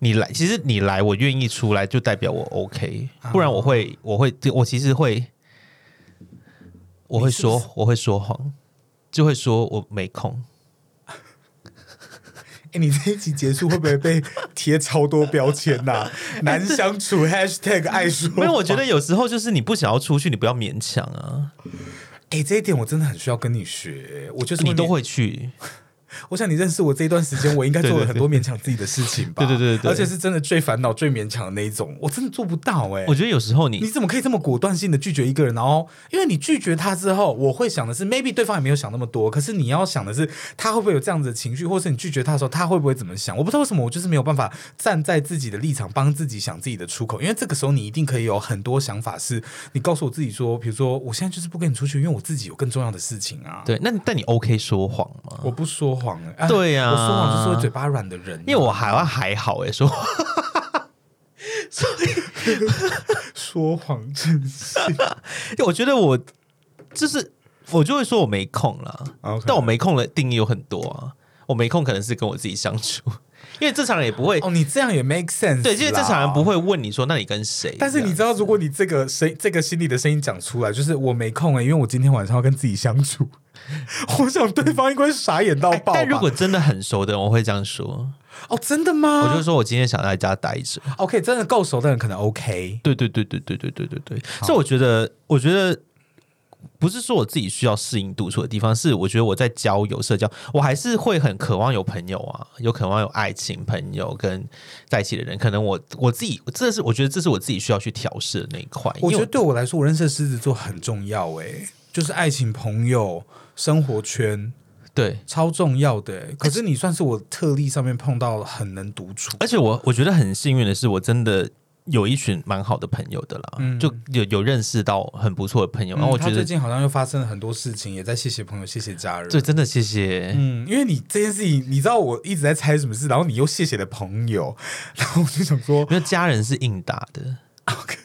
你来，其实你来，我愿意出来，就代表我 OK，不
啊
然我会我会我其实会我会
你是不
说
是
我会说谎，就会说我没空。
哎、你这一集结束会不会被贴超多标签呐、
<laughs>
难相处 #hashtag 爱说谎。
哎没有，我觉得有时候就是你不想要出去，你不要勉强啊，
哎、这一点我真的很需要跟你学。我就是
你都
勉，
会去。
我想你认识我这一段时间，我应该做
对
了
对
很多勉强自己的事情吧。
对对对对对
而且是真的最烦恼、最勉强的那一种，我真的做不到哎、
我觉得有时候你
你怎么可以这么果断性的拒绝一个人？然后，因为你拒绝他之后，我会想的是，maybe 对方也没有想那么多，可是你要想的是，他会不会有这样子的情绪，或是你拒绝他的时候，他会不会怎么想？我不知道为什么，我就是没有办法站在自己的立场帮自己想自己的出口，因为这个时候你一定可以有很多想法是，你告诉我自己说，比如说我现在就是不跟你出去，因为我自己有更重要的事情啊。
对，啊那但你 OK 说谎吗？
我不说谎、欸，啊
对啊
我说谎就是会嘴巴 <laughs> 软的人啊、
因为我好像还好哎、欸，说
说谎真是
因为我觉得我就是我就会说我没空啦
哦 OK
但我没空的定义有很多啊。我没空可能是跟我自己相处，因为正常人也不会、
哦，你这样也 make sense，
对，因为正常人
啦
不会问你说那你跟谁，
但是你
这样啊
知道，如果你这个声这个心里的声音讲出来，就是我没空哎、因为我今天晚上要跟自己相处。 <laughs> 我想对方应该傻眼到
哎
爆吧、
但如果真的很熟的人，我会这样说，
哦，真的吗？
我就说我今天想在家待着。
OK，真的够熟的人可能 OK。
对对对对对对对对对，所以我觉得，我觉得不是说我自己需要适应独处的地方，是我觉得我在交友社交，我还是会很渴望有朋友啊，有渴望有爱情朋友跟在一起的人。可能我我自己，这是我觉得这是我自己需要去调试的那一块。
我
因
觉
为
得对我来说，我认识的狮子座很重要哎、就是爱情、朋友、生活圈
对，
超重要的、欸。可是你算是我特例上面碰到很能独处，
而且我我觉得很幸运的是，我真的。有一群蛮好的朋友的啦，就有有认识到很不错的朋友，然后我
嗯
觉
他
得
最近好像又发生了很多事情，也在谢谢朋友，谢谢家人。
对，真的谢谢，
嗯，因为你这件事情，你知道我一直在猜什么 <laughs> 事，然后你又谢谢的朋友，然后我就想说
因为家人是应答的。
<laughs> ，OK，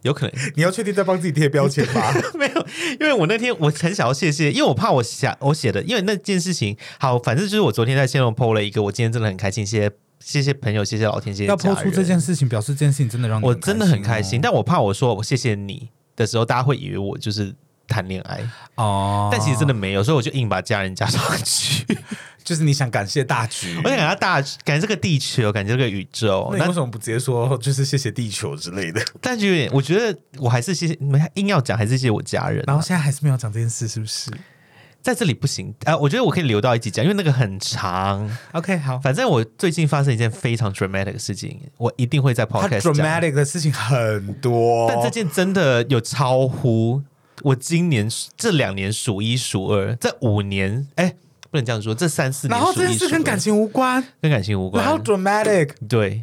有可能
你要确定在帮自己贴标签吧？
没有，因为我那天我很想要谢谢，因为我怕我想我写的，因为那件事情好，反正就是我昨天在线上 PO 了一个，我今天真的很开心，谢谢谢谢朋友，谢谢老天，谢谢
<laughs> 要
家
抛
人
出这件事情，表示这件事情真的让你
我真的很开
哦
心，但我怕我说我谢谢你的时候，大家会以为我就是谈恋爱，
哦。
但其实真的没有，所以我就硬把家人加 <laughs> 上去。
就是你想感谢大局，
我想感谢大，感谢这个地球，感谢这个宇宙。
那你
那
为什么不直接说就是谢谢地球之
<laughs>
类的？
但就有点，我觉得我还是谢谢，没硬要讲，还是谢谢我家人、
然
啊
后。现在还是没有讲这件事，是不是
在这里不行，啊，我觉得我可以留到一集讲，因为那个很长。
？OK，好。
反正我最近发生一件非常 dramatic 的事情，我一定会在
他
podcast 讲。
dramatic 的事情很多，
但这件真的有超乎我今年这两年数一数二，这五年哎、不能这样说，这三四年
然后
数
这
一
件事
数
跟
二
感情无关，
跟感情无
然后
关，
dramatic，
对。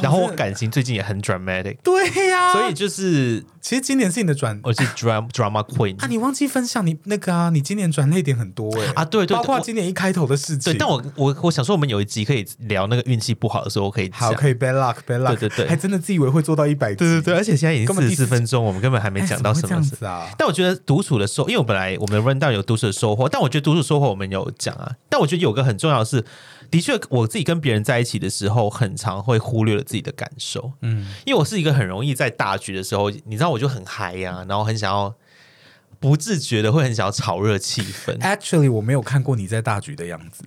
然后我
这
感情最近也很 dramatic，
对呀、
所以就是
其实今年是你的转
我是 drama <laughs> drama queen
啊，你忘记分享你那个啊，你今年转泪点很多哎、
啊对对对
包括
我
今年一开头的事情，
对，但我我我想说，我们有一集可以聊那个运气不好的时候，我可以讲
好。可以 bad luck bad luck，
对对对
还真的自以为会做到一百，
对对对，而且现在已经
根
四
本第
十四
四
分钟，我们根本还没
哎
讲到
怎
什
么会这
么
样
事。
子啊？
但我觉得独处的收，因为我本来我们 run 到有独处的收获，但我觉得独处收获我们有讲啊。但我觉得有个很重要的是，的确我自己跟别人在一起的时候，很常会忽略了自己的感受。嗯，因为我是一个很容易在大局的时候，你知道我就很嗨呀、然后很想要不自觉的会很想要炒热气氛。
Actually，我没有看过你在大局的样子，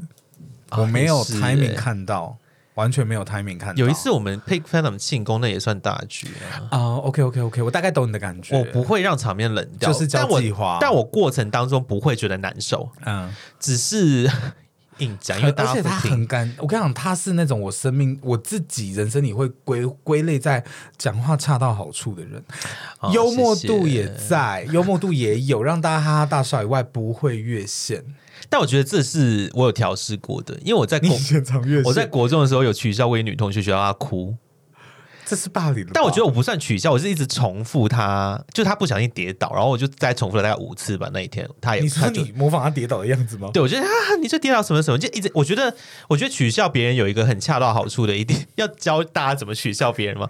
啊
我没有
也是
timing
欸
看到，完全没有 timing 看到。
有一次我们 Pick Phantom 庆功，那也算大局啊。
啊、o k OK OK，我大概懂你的感觉。
我不会让场面冷掉，
就是交
但我
际花
但我过程当中不会觉得难受，
嗯，
只是硬讲，因为大
而
家
且他
不听。
很干，我跟你讲，他是那种我生命我自己人生里会归归类在讲话恰到好处的人，
哦
幽默度
谢谢
也在，幽默度也有，让大家哈哈大笑以外不会越线。
但我觉得这是我有调试过的，因为我在国
现场越
我在国中的时候有取笑过一女同学，学到她哭，
这是霸凌了吧，
但我觉得我不算取笑，我是一直重复她，就她不小心跌倒，然后我就再重复了大概五次吧。那一天她也
你
她
说
就
你模仿他跌倒的样子吗？
对我觉得啊，你就跌倒什么什么，就一直我觉得我觉得取笑别人有一个很恰到好处的一点， <laughs> 要教大家怎么取笑别人嘛，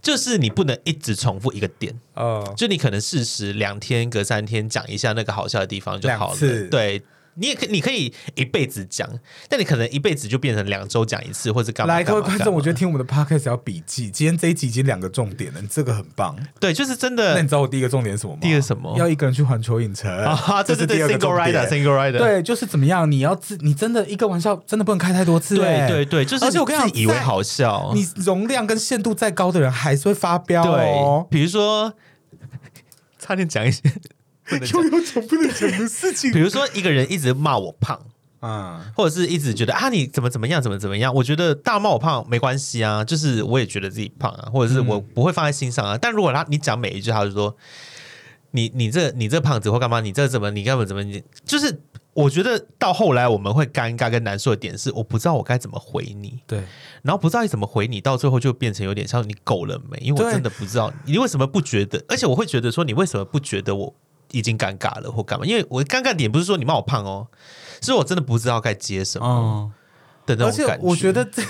就是你不能一直重复一个点。
呃，
就你可能适时两天、隔三天讲一下那个好笑的地方就好
两
了。
次
对，你也可你可以一辈子讲，但你可能一辈子就变成两周讲一次，或者干嘛？
来，各位
干
观
嘛
众，我觉
干
得听我们的 podcast 要笔记。今天这一集已经两个重点了，你这个很棒。
嘛对，就是真
那
的
你知道我第一个重点是什么吗？
嗯第一个什么
要一个人去环球影城
啊，对
这
对
是第
对
二个
，single
重点
rider，single rider，
对，就是怎么样？你要自你真的一个玩笑真的不能开太多次、欸，
对对对，就是
而且我跟你讲
自己以为
在
好笑，
你容量跟限度再高的人还是会发飙
对
哦，。
比如说 <laughs> 差点讲一些， <laughs> 不能
<laughs>
讲
又有种不能讲的事情哦
比如说一个人一直骂我胖。
啊！
或者是一直觉得啊你怎么怎么样怎么怎么样，我觉得大骂我胖没关系啊，就是我也觉得自己胖啊，或者是我不会放在心上啊。但如果他你讲每一句，他就说你你这你这胖子或干嘛，你这怎么你干嘛怎么你就是。我觉得到后来我们会尴尬跟难受的点是，我不知道我该怎么回你，
对，
然后不知道该怎么回你，到最后就变成有点像你够了没？因为我
对
真的不知道你为什么不觉得，而且我会觉得说你为什么不觉得我已经尴尬了或干嘛？因为我尴尬点不是说你骂我胖哦，是我真的不知道该接什么。
嗯，
的那
而
种
且
感
我觉得这。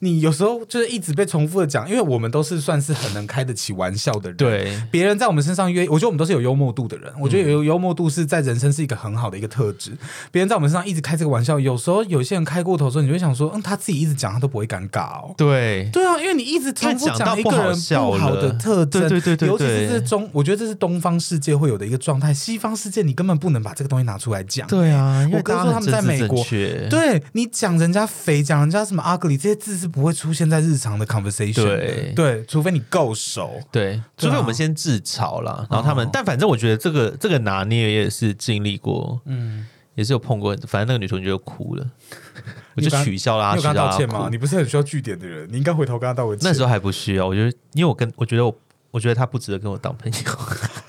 你有时候就是一直被重复的讲，因为我们都是算是很能开得起玩笑的人。，
对
别人在我们身上约，我觉得我们都是有幽默度的人。我觉
嗯
得有幽默度是在人生是一个很好的一个特质。别人在我们身上一直开这个玩笑，有时候有些人开过头的时候，你就会想说，嗯，他自己一直讲，他都不会尴尬哦。
对
对啊，因为你一直重复
因为讲到
一个
不好
人
笑
不好的
了
特征，
对对对对
尤其
对
是这中，我觉得这是东方世界会有的一个状态，西方世界你根本不能把这个东西拿出来讲。
对啊，因为
我哥
大家
说
很
他们在
政治
美
正
国
确
对你讲人家肥，讲人家什么 ugly 这些字是不会出现在日常的 conversation 的。
对
对，除非你够熟。
对，除非我们先自嘲啦，然后他们
哦，
但反正我觉得这个这个拿捏也是经历过，
嗯，
也是有碰过，反正那个女同学就哭了， <laughs> 我
你
就
有跟她
取笑啦，
你
取
有跟他
笑
道
啦
歉吗？。你不是很需要据点的人，你应该回头跟他道个歉。
那时候还不需要，我觉得，因为我跟我觉得我，我觉得他不值得跟我当朋友， <laughs>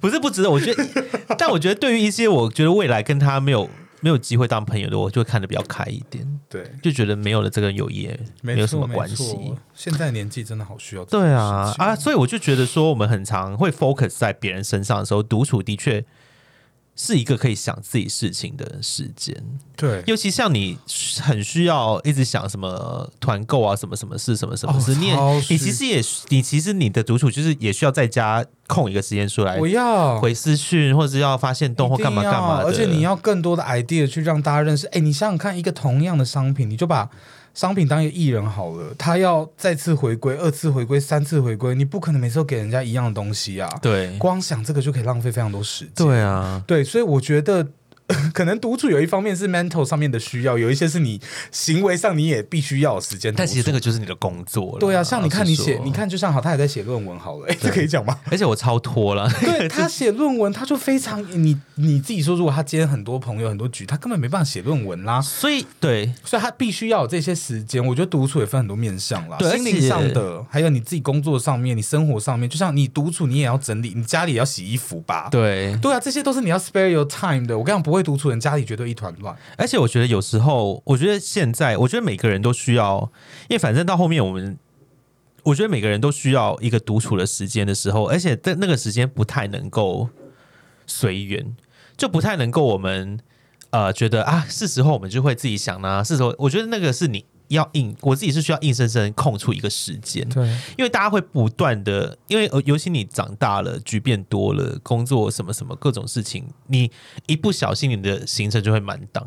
不是不值得，我觉得，但我觉得对于一些我觉得未来跟他没有没有机会当朋友的，我就会看得比较开一点，
对，
就觉得没有了这个友谊，没有
错
什么
没
关
错
系。
现在年纪真的好需要这种
对啊
事，情
啊，所以我就觉得说，我们很常会 focus 在别人身上的时候，独处的确是一个可以想自己事情的时间。
对，
尤其像你很需要一直想什么团购啊，什么什么事，什么什么事，
哦
你也
超
你
需
其实也你其实你的独处就是也需要在家空一个时间出来
我要
回私讯，或者是要发现动或干嘛
一定
干
要
嘛的。
而且你要更多的 idea 去让大家认识。哎，你想想看，一个同样的商品，你就把商品当一个艺人好了，他要再次回归、二次回归、三次回归，你不可能每次都给人家一样的东西啊。
对
光想这个就可以浪费非常多时间。
对啊，
对，所以我觉得。可能独处有一方面是 mental 上面的需要，有一些是你行为上你也必须要有时间独处。
但其实这个就是你的工作了。
对啊，像你看你
老实
写，
说
你，看就像好，他也在写论文好了，哎， <laughs> 这可以讲吗？
而且我超脱了。 <laughs>
对他写论文，他就非常你你自己说，如果他今天很多朋友很多局，他根本没办法写论文啦，
所以对，
所以他必须要有这些时间。我觉得独处也分很多面向啦，
对
心灵上的，还有你自己工作上面，你生活上面，就像你独处，你也要整理，你家里也要洗衣服吧。
对，
对啊，这些都是你要 spare your time 的。我跟你讲，不会独处的人家里绝对一团乱。
而且我觉得有时候，我觉得现在，我觉得每个人都需要，因为反正到后面我们，我觉得每个人都需要一个独处的时间的时候，而且在那个时间不太能够随缘，就不太能够我们呃觉得啊是时候我们就会自己想啊啦、是时候我觉得那个是你要硬，我自己是需要硬生生空出一个时间，
对，
因为大家会不断的，因为呃尤其你长大了，局变多了，工作什么什么各种事情，你一不小心你的行程就会满档，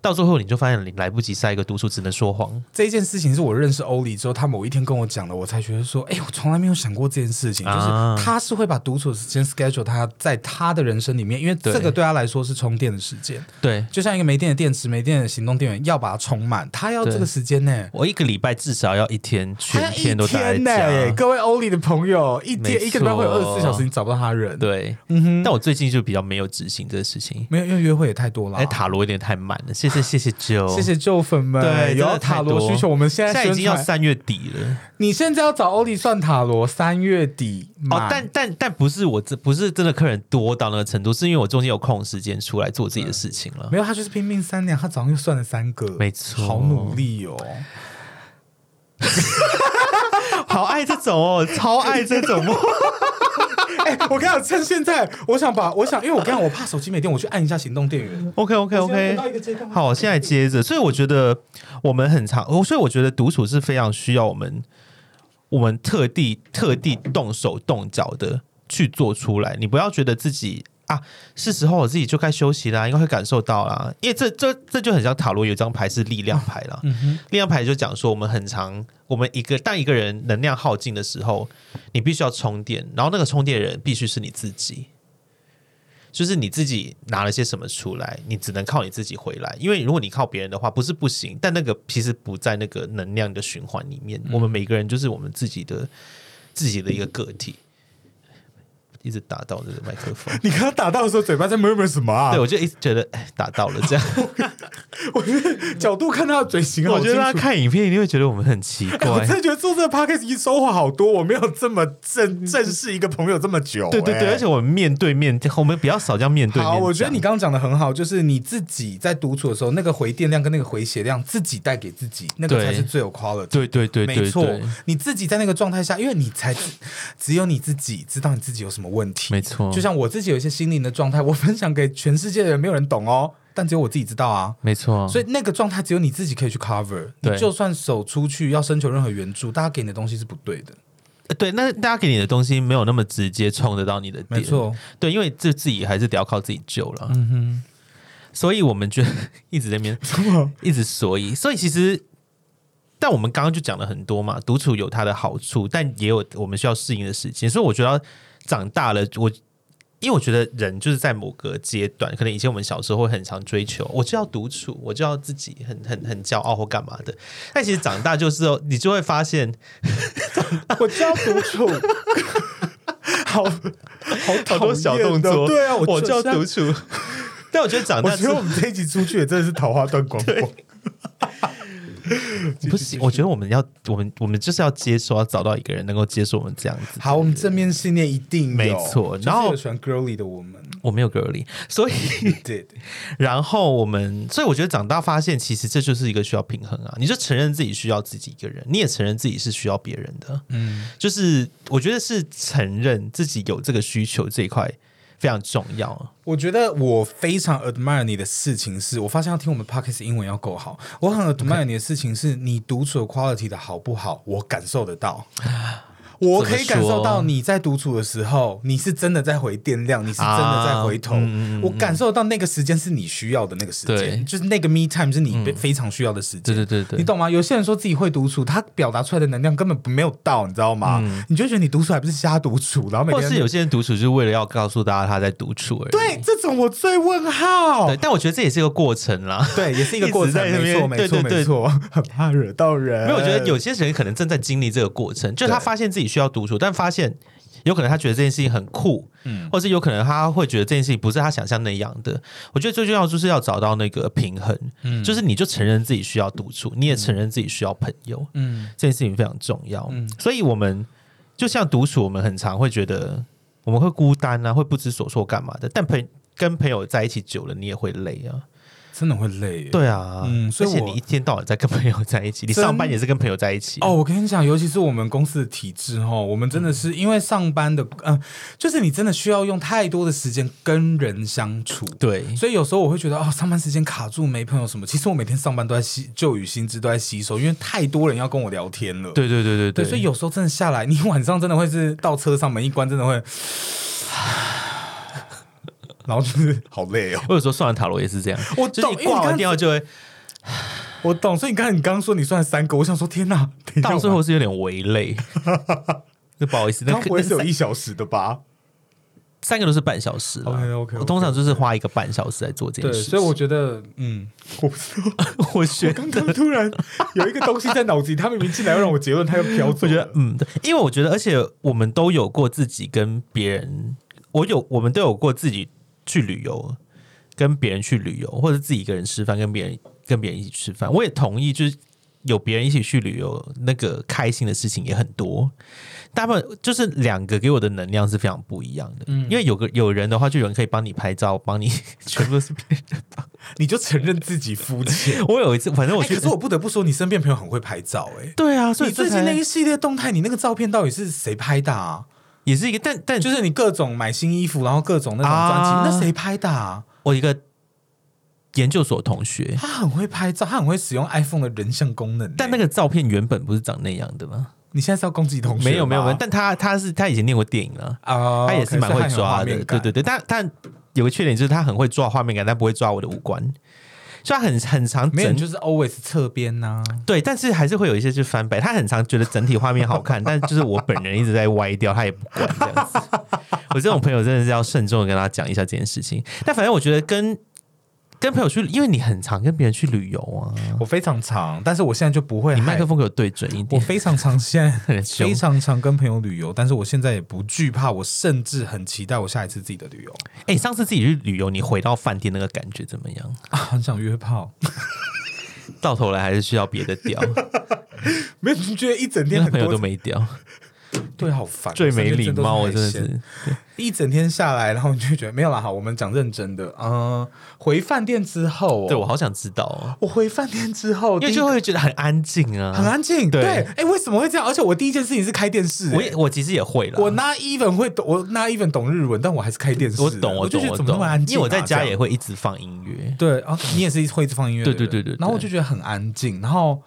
到最后你就发现你来不及塞一个读书，只能说谎。
这一件事情是我认识欧里之后，他某一天跟我讲的，我才觉得说，哎、我从来没有想过这件事情，就
啊
是他是会把独处的时间 schedule 他在他的人生里面，因为
对
这个对他来说是充电的时间，
对
就像一个没电的电池、没电的行动电源，要把它充满，他要
对
这个时间呢、
我一个礼拜至少要一天，
他要
全
一
天都待在
天呢、哎
家。
各位欧里的朋友，一
没错
天一个礼拜会有二十四小时，你找不到他人，，
对，
嗯哼，
但我最近就比较没有执行这个事情。
没有，因为约会也太多了、啊
哎，塔罗有点太满了，谢谢谢谢 Joe，
<laughs> 谢。谢旧粉们，
对
有
真的
塔
太
罗
多
需求，我们现
现
在
在已
宣
经要
传
三月底了
你现在要找欧里算塔罗，三月底
哦，
满
但但但不是我这不是真的客人多到那个程度，是因为我中间有空时间出来做自己的事情了。
嗯没有，他就是拼命三娘，他早上又算了三个，
没错
好努力 <laughs> 哦。
好爱这种哦，超爱这 <laughs>
<laughs>
种哦。
哎、我跟你讲，趁现在，我想把，我想，因为我跟你讲，我怕手机没电，我去按一下行动电源。
OK OK
我现在
OK，
到一个阶段
好，现在接着，所以我觉得我们很常，哦我所以我觉得独处是非常需要我们我们特地特地动手动脚的去做出来，你不要觉得自己。啊，是时候我自己就该休息啦，应该会感受到啦，因为这这这就很像塔罗有一张牌是力量牌啦，力量牌就讲说我们很常，我们一个当一个人能量耗尽的时候，你必须要充电，然后那个充电人必须是你自己，就是你自己拿了些什么出来，你只能靠你自己回来。因为如果你靠别人的话，不是不行，但那个其实不在那个能量的循环里面。我们每个人就是我们自己的自己的一个个体，一直打到这个麦克 <laughs> 风。
<laughs> 你刚刚打到的时候，嘴巴在 murmur 什么啊
对，？我就一直觉得哎，打到了这 <laughs> 样。
我觉得角度看他的嘴型好
我觉
清
得大家
楚。
看影片一定会觉得我们很奇
哎我
怪
真。的觉得做这个 podcast 已经收获好多，我没有这么正正视一个朋友这么久、
<laughs> 嗯对对对，
哎
而且我们面对面，我们比较少这样面对面
好，
讲。
我觉得你刚刚讲的很好，就是你自己在独处的时候，那个回电量跟那个回血量，自己带给自己，那个
对
才是最有 quality 的。
对对对对，
没错
对，
你自己在那个状态下，因为你才 <laughs> 只只有你自己知道你自己有什么问题。
没错，
就像我自己有一些心灵的状态，我分享给全世界的人，没有人懂哦，但只有我自己知道啊。
没错，
所以那个状态只有你自己可以去 cover。
嗯对
你就算手出去要征求任何援助，大家给你的东西是不对的。
对，那大家给你的东西没有那么直接冲得到你的点，
没错，
对，因为这自己还是得要靠自己救了。嗯哼，所以我们觉得 <laughs> 一直在那边，一直所以，所以其实，但我们刚刚就讲了很多嘛，独处有它的好处，但也有我们需要适应的时间。所以我觉得长大了，我因为我觉得人就是在某个阶段，可能以前我们小时候会很常追求，我就要独处，我就要自己很很很骄傲或干嘛的。但其实长大就是哦，你就会发现，
<laughs> 我就要独
<laughs>
处， <laughs>
哦
好好
好多小动作，
对啊，
我就要
是要
独处。 <laughs> 但我觉得长大
我
之
觉得
后
我们这一集出去也真的是桃花断光光。
不行，我觉得我们要，我们我们就是要接受，要找到一个人能够接受我们这样子。
好，我们正面信念一定有
没错
就是
然后
有喜欢 girly 的我们
我没有 girly，所以 <laughs>
did
然后我们，所以我觉得长大发现，其实这就是一个需要平衡啊。你就承认自己需要自己一个人，你也承认自己是需要别人的。
嗯，
就是我觉得是承认自己有这个需求这一块非常重要。
我觉得我非常 admire 你的事情是，我发现要听我们 podcast 英文要够好。我很 admire 你的事情是你独处的 quality 的好不好，我感受
<laughs>
得到。我可以感受到你在独处的时候，你是真的在回电量，你是真的在回头。
啊嗯嗯嗯
我感受到那个时间是你需要的那个时
对嗯
间，就是那个 me time 是你非常需要的时间。
对对对对，
你懂吗？有些人说自己会独处，他表达出来的能量根本没有到，你知道吗？你就觉得你独处还不是瞎独处，然后每
嗯或
天
是有些人独处就是为了要告诉大家他在独处而已。
对这种我最问号
对，。但我觉得这也是一个过程啦。
<laughs> 对，也是一个过
一直
程，
在那
没
边
错，没
对对
错，
对
没错， <laughs> 很怕惹到人。
没有，我觉得有些人可能正在经历这个过程，就是他
嗯对
发现自己需要独处，但发现有可能他觉得这件事情很酷，嗯，或是有可能他会觉得这件事情不是他想象那样的。我觉得最重要就是要找到那个平衡，嗯，就是你就承认自己需要独处，你也承认自己需要朋友，
嗯，
这件事情非常重要。所以我们就像独处，我们很常会觉得我们会孤单啊，会不知所措干嘛的，但朋跟朋友在一起久了，你也会累啊。
真的会累耶。
对啊，
嗯所以
而且
我
你一天到晚在跟朋友在一起，你
真
上班也是跟朋友在一起
哦，我跟你讲，尤其是我们公司的体制哦，我们真的是因为上班的，嗯、就是你真的需要用太多的时间跟人相处。
对，
所以有时候我会觉得哦，上班时间卡住没朋友什么。其实我每天上班都在吸旧与新知都在吸收，因为太多人要跟我聊天了。
对对对对
对，
对，
所以有时候真的下来，你晚上真的会是到车上门一关，真的会， <sighs> 然后就是好累哦。
我有时候算完塔罗也是这样，
我
就是
懂，
你
因为
挂
你
完
刚
电话就会，
我懂，所以你刚才你刚刚说你算了三个，我想说天哪，等一下
到
我
最后是有点微
<laughs>
累。那不好意思，那
它
个
不会是有
那
一小时的吧？
三三个都是半小时啦
OK，OK，OK，
我通常就是花一个半小时来做这件
对，
事情。
所以我觉得， <laughs> 嗯，我不知道，
<laughs> 我觉
我刚刚突然有一个东西在脑子里，他明明进来要让我结论，他又飘走
我
了。
觉得，嗯，对因为我觉得，而且我们都有过自己跟别人，我有，我们都有过自己去旅游，跟别人去旅游，或者自己一个人吃饭，跟别人跟别人一起吃饭。我也同意，就是有别人一起去旅游，那个开心的事情也很多。大部分就是两个给我的能量是非常不一样的，
嗯
因为有个有人的话，就有人可以帮你拍照，帮你全部都是别 <laughs> 人。
你就承认自己肤浅。
我有一次，反正我
<laughs> 哎
去，
可是我不得不说，你身边朋友很会拍照、哎。
对啊，所以
你最
这
近那
才
一系列动态，你那个照片到底是谁拍的啊？
也是一个，但但
就是你各种买新衣服，然后各种那种专辑，
啊
那谁拍的啊？
我一个研究所同学，
他很会拍照，他很会使用 iPhone 的人像功能、
但那
个
个照片原本不是长那样的吗？
你现在是要攻击同学吗？
没有没有没有，但他他是他以前念过电影啊，
啊，
他也是蛮会
OK，所以他很有
抓
画
的。
面
对
感
对对，但但有个缺点就是他很会抓画面感，但不会抓我的五官，所以他很很常
没有，
整
你就是 always 侧边呐、
对，但是还是会有一些就翻白。他很常觉得整体画面好
<laughs>
看，但就是我本人一直在歪掉，他也不管这样子。我这种朋友真的是要慎重的跟他讲一下这件事情。但反正我觉得跟跟朋友去，因为你很常跟别人去旅游啊，
我非常长，但是我现在就不会
你麦
害
克风给我对准一
我
点。
非常常现在
<laughs> 很凶啊
非常常跟朋友旅游，但是我现在也不惧怕，我甚至很期待我下一次自己的旅游
哎、上次自己去旅游，你回到饭店那个感觉怎么样？
啊，很想约炮。 <laughs>
到头来还是需要别的掉，
没有，你觉得一整
因
天
为
很
朋友
多
都没
<laughs>
掉，
对，好烦，啊
最没礼貌，我
我
真的
身边
是。
都海鲜一整天下来，然后你就觉得没有啦。好，我们讲认真的，嗯、回饭店之后、
对我，好想知道哦，
我回饭店之后，
因为
第一
就会觉得很安静
很
啊。
安静，
对
对，哎、为什么会这样？而且我第一件事情是开电视、
我
哎
也我其实也会啦，
我那 even 会懂，我那 even 懂日文，但我还是开电视。
我懂我
我就
懂
觉得
我
怎么那
懂
么安，静啊、
因为我在家
这样
也会一直放音乐。
对啊，你也是会一直放音乐的人，
对对对对对
然后我就觉得很安静，然后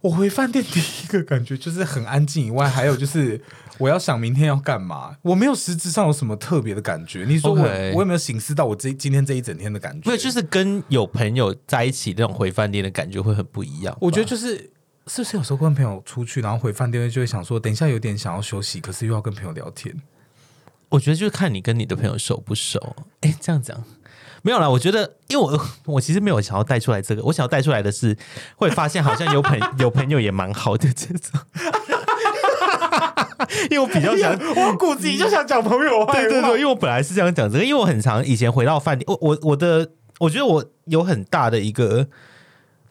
我回饭店第一个感觉就是很安静以外，还有就是 <laughs> 我要想明天要干嘛，我没有实质上有什么特别的感觉。你说我
OK
我有没有醒思到我这今天这一整天的感觉？
没有，就是跟有朋友在一起那种回饭店的感觉会很不一样。
我觉得就是。是不是有时候跟朋友出去，然后回饭店就会想说，等一下有点想要休息，可是又要跟朋友聊天？
我觉得就是看你跟你的朋友熟不熟。哎、这样讲没有啦。我觉得，因为我 <laughs> 我其实没有想要带出来这个，我想要带出来的是，会发现好像有朋 <laughs> 有朋友也蛮好的这种。 <laughs> 因为我比较
<laughs>
想，
我骨子里就想讲朋友哎坏
对对对，因为我本来是这样讲这个，因为我很常以前回到饭店，我我我的，我觉得我有很大的一个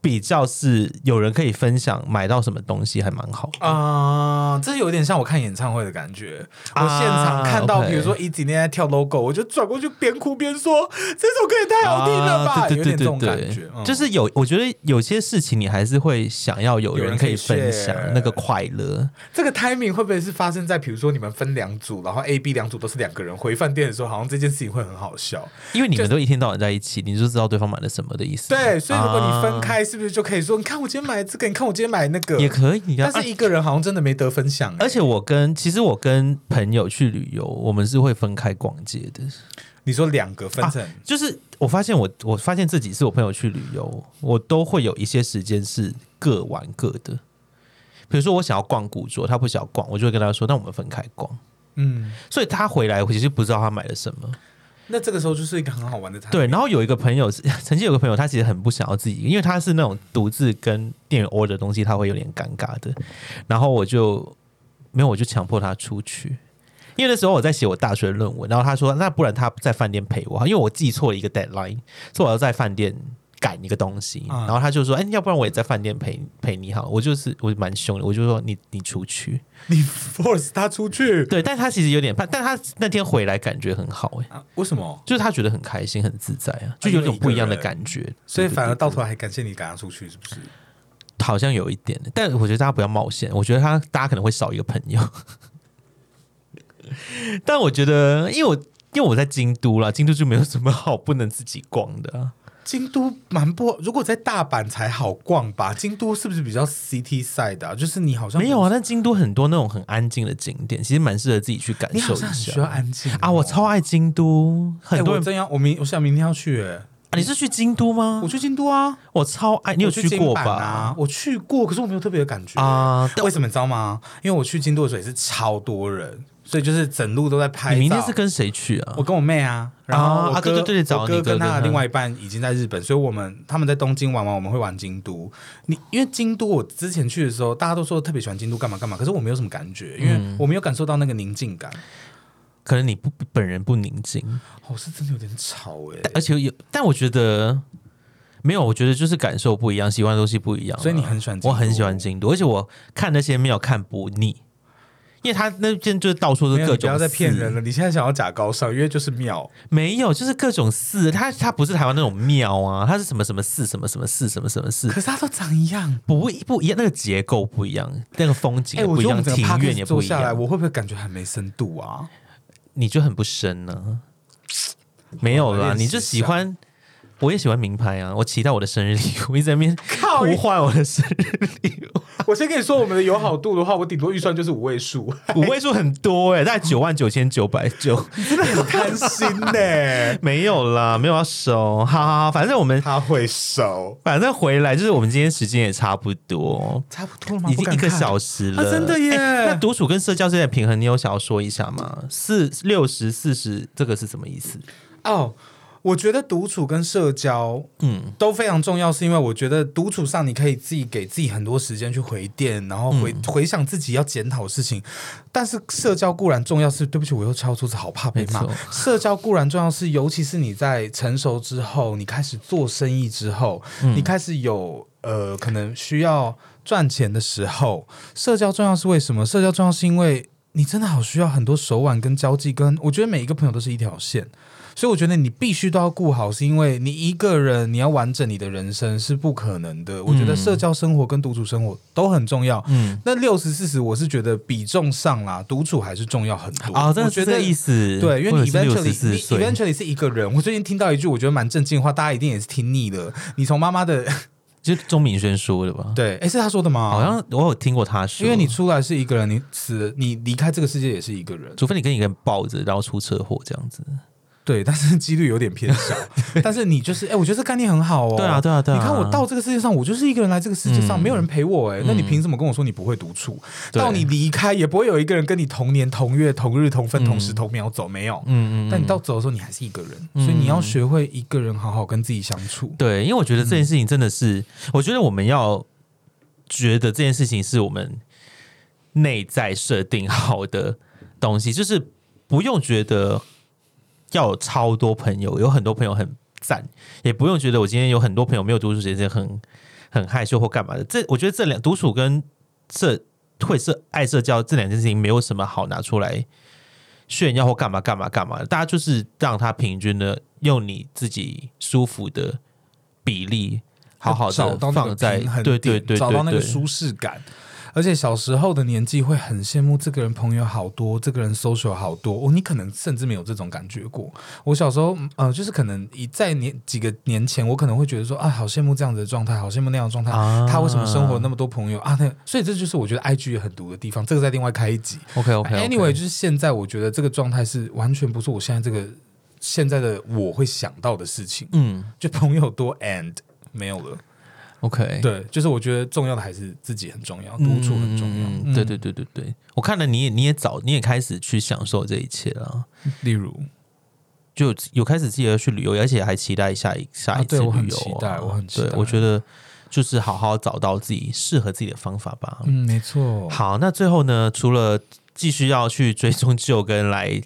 比较是有人可以分享买到什么东西，还蛮好的。
啊、这有点像我看演唱会的感觉。我现场看到，
啊
比如说
OK
一几天在跳 logo，我就转过去边哭边说：“这首歌也太好听了吧！”
啊对
有
对
点这
对
种
对
感
对
觉，，嗯
就是有，我觉得有些事情你还是会想要有
有人
人
可
可
以
以分
share
享那个快乐。
这个 timing 会不会是发生在比如说你们分两组，然后 A、B 两组都是两个人回饭店的时候，好像这件事情会很好笑。
因为你们都一天到晚在一起，你就知道对方买了什么的意思。
对，所以如果你分
啊、
开，是不是就可以说：“你看我今天买这个，你看我今天买那个。
也可以啊。
但是一个人好像真的没得分享、
而
欸。
且我跟其实我跟朋友去旅游，我们是会分开逛街的。
你说两个分成、
就是我发现我我发现自己是我朋友去旅游，我都会有一些时间是各玩各的。比如说我想要逛古着，他不想要逛，我就会跟他说：“那我们分开逛。
嗯，”
所以他回来，我其实不知道他买了什么。
那这个时候就是一个很好玩的 timing。
对，然后有一个朋友是， <laughs> 曾经有个朋友，他其实很不想要自己，因为他是那种独自跟店员 order 的东西，他会有点尴尬的。然后我就没有，我就强迫他出去，因为那时候我在写我大学论文，然后他说，那不然他在饭店陪我，因为我记错了一个 deadline，所以我要在饭店。赶一个东西，
嗯
然后他就说：“哎、要不然我也在饭店陪陪你好了。”我就是我蛮凶的，我就说你你出去。
你 force 他出去，
对，但他其实有点怕，但他那天回来感觉很好、哎。
啊、为什么？
就是他觉得很开心、很自在啊，就
因为
有种不一样的感觉，
所以反而
对
到头来还感谢你赶他出去，是不是？
对对好像有一点，但我觉得大家不要冒险，我觉得他大家可能会少一个朋
<laughs>
友。但我觉得，因为我因为我在京都啦，京都就没有什么好不能自己逛的、啊。
京都蛮不，如果在大阪才好逛吧。京都是不是比较 city side 啊？就是你好像
没有啊，，但京都很多那种很安静的景点，其实蛮适合自己去感
你
受
好
一
像很需
下
要安静哦
啊。我超爱京都，
哎
很多
我
人、
真要我明我想明天要去、欸，
啊、你是去京都吗？
我
我
去京都啊，
超爱，你有
我去
去
京
过
阪
吧？
啊，我去过，可是我没有特别的感觉
啊但
为什么你知道吗？因为我去京都的时候也是超多人，所以就是整路都在拍照。
你明天是跟谁去啊？
我跟我妹啊，然后
啊
我
啊
哥、
对对对嗯找
我
你
哥
哥
跟他的
跟他
另外一半已经在日本，所以我们他们在东京玩完，我们会玩京都。你因为京都，我之前去的时候，大家都说特别喜欢京都干嘛干嘛，可是我没有什么感觉，因为
嗯
我没有感受到那个宁静感。
可能你不本人不宁静。
哦，是真的有点吵哎、
而且有，但我觉得没有，我觉得就是感受不一样，喜欢的东西不一样啊。
所以你很喜欢京都
我很喜欢京都，而且我看那些庙看不腻，因为他那边就是到处都
没
是
有
各
你不
种
要再骗
寺
人，了！你现在想要假高尚，因为就是庙，
没有，就是各种寺，它它不是台湾那种庙啊，它是什么什么寺，什么什么寺，什么什么寺
可，是它都长一样。
不一不一样，那个结构不一样，那个风景
哎、
也
我
不一
觉得
样，
我们整个
庭
p
院
a
也
做
不一
下来，
样，
我会不会感觉很没深度啊？ <laughs>
你就很不深呢、没嗯有
我
啦，
练习
你就
一
喜
下
欢，我也喜欢名牌啊，我期待我的生日礼物，一直在那边
靠
呼唤我的生日礼物。
我先跟你说，我们的友好度的话，我顶多预算就是五位数， <laughs>
五位数很多哎、大概九万九千九百 <laughs> 九，
真的很贪心呢、
没有啦，没有要收，好好好，反正我们
他会收，
反正回来就是我们今天时间也差不多，
差不多了吗？
已经一个小
时，
时了，
啊真的耶
哎那独处跟社交之间的平衡，你有想要说一下吗？四六十四十这个是什么意思？
哦。我觉得独处跟社交，嗯，都非常重要，是因为我觉得独处上你可以自己给自己很多时间去回电，然后回、回想自己要检讨的事情。但是社交固然重要是，对不起，我又敲桌子，好怕被骂
没错。
社交固然重要是，尤其是你在成熟之后，你开始做生意之后，你开始有呃，可能需要赚钱的时候，社交重要是为什么？社交重要是因为你真的好需要很多手腕跟交际，跟我觉得每一个朋友都是一条线。所以我觉得你必须都要顾好，是因为你一个人你要完整你的人生是不可能的。我觉得社交生活跟独处生活都很重要。
嗯，
那六十四十，我是觉得比重上啦，独处还是重要很多。
哦，真
我
的
觉
是
得
这意思，
对，因为你
六十
eventually
四
你
岁，
eventually 是一个人。我最近听到一句我觉得蛮震惊的话，大家一定也是听腻了。你从妈妈的
就是钟明轩说的吧？
对，哎，是他说的吗？
好像我有听过他说，
因为你出来是一个人，你死你离开这个世界也是一个人。
除非你跟一个人抱着，然后出车祸这样子。
对，但是几率有点
<laughs>
偏小。但是你就是，哎、我觉得这概念很好哦。
对啊对啊对啊
你看我到这个世界上，我就是一个人来这个世界上，
嗯
没有人陪我、哎、那你凭什么跟我说你不会独处？
对
到你离开，也不会有一个人跟你同年同月同日同分同时同秒走，没有。
嗯嗯，嗯
但你到走的时候，你还是一个人，所以你要学会一个人好好跟自己相处。
对，因为我觉得这件事情真的是，我觉得我们要觉得这件事情是我们内在设定好的东西，就是不用觉得要有超多朋友，有很多朋友很赞，也不用觉得我今天有很多朋友没有读书时间很很害羞或干嘛的。这我觉得这两独处跟社会社爱社交这两件事情没有什么好拿出来炫耀或干嘛干嘛干嘛的。大家就是让它平均的，用你自己舒服的比例，好好
找
的
到那个
放在
平衡
对对
点
对
找到那
对
个
对。
舒适感。而且小时候的年纪会很羡慕这个人朋友好多，这个人 social 好多哦。你可能甚至没有这种感觉过。我小时候，嗯呃，就是可能一在年几个年前，我可能会觉得说啊，好羡慕这样子的状态，好羡慕那样的状态。
啊
他为什么生活那么多朋友啊？那所以这就是我觉得 IG 也很毒的地方。这个在另外开一集。
OK OK
哎 Anyway，就是现在我觉得这个状态是完全不是我现在这个现在的我会想到的事情。
嗯
就朋友多 and 没有了。
OK，
对，就是我觉得重要的还是自己很重要，独
独
处
处
很
很
重
重要。。
要嗯
对对，对对对，我看了你也你也早你也开始去享受这一切了，
嗯例如
就有开始自己要去旅游，而且还期待下一下
啊
一次
对
旅游、
我很期待我很期
对
待
我觉得就是好好找到自己适合自己的方法吧。
嗯，没错，
好，那最后呢，除了继续要去追踪旧跟来。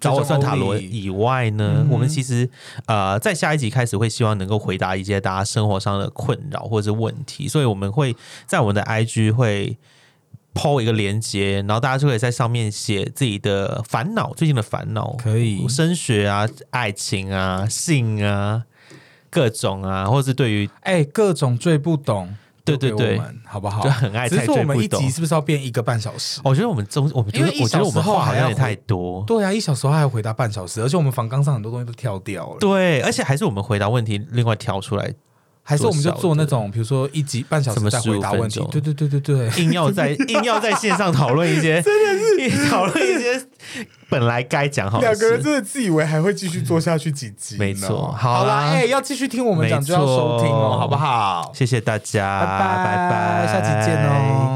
找我算塔罗
追踪欧丽
以外呢，
嗯
我们其实呃，在下一集开始会希望能够回答一些大家生活上的困扰或者是问题，所以我们会在我们的 IG 会 PO 一个连接，然后大家就可以在上面写自己的烦恼，最近的烦恼，
可以
升学啊、爱情啊、性啊、各种啊，或是对于
哎，各种最不懂，
对对对
丢给我们，好不好
就？很爱
只
猜
是说
对
我们
不
一
懂
集。是不是要变一个半小时？
哦我觉得我们中，我们觉
因
得
为一
我觉得我们
小时后
话好
还要
像也
回
太多，
对啊，一小时后还要回答半小时，而且我们访纲上很多东西都跳掉了。
对，而且还是我们回答问题，另外挑出来，
还是我们就
多少
做那
的
种，比如说一集半小
什
时
么
再回
15
答
分
问题
钟。
对对对对对，
硬要 <laughs> 在硬要在线上讨论一些，真的是讨论一些本来该讲好的
两个人
事。
真的自以为还会继续做下去几集呢，
没错好
好啦，
啦
哎、要继续听我们讲
没
就要收听哦，
错
好不好？
谢谢大家，
拜
拜
拜，下期见哦。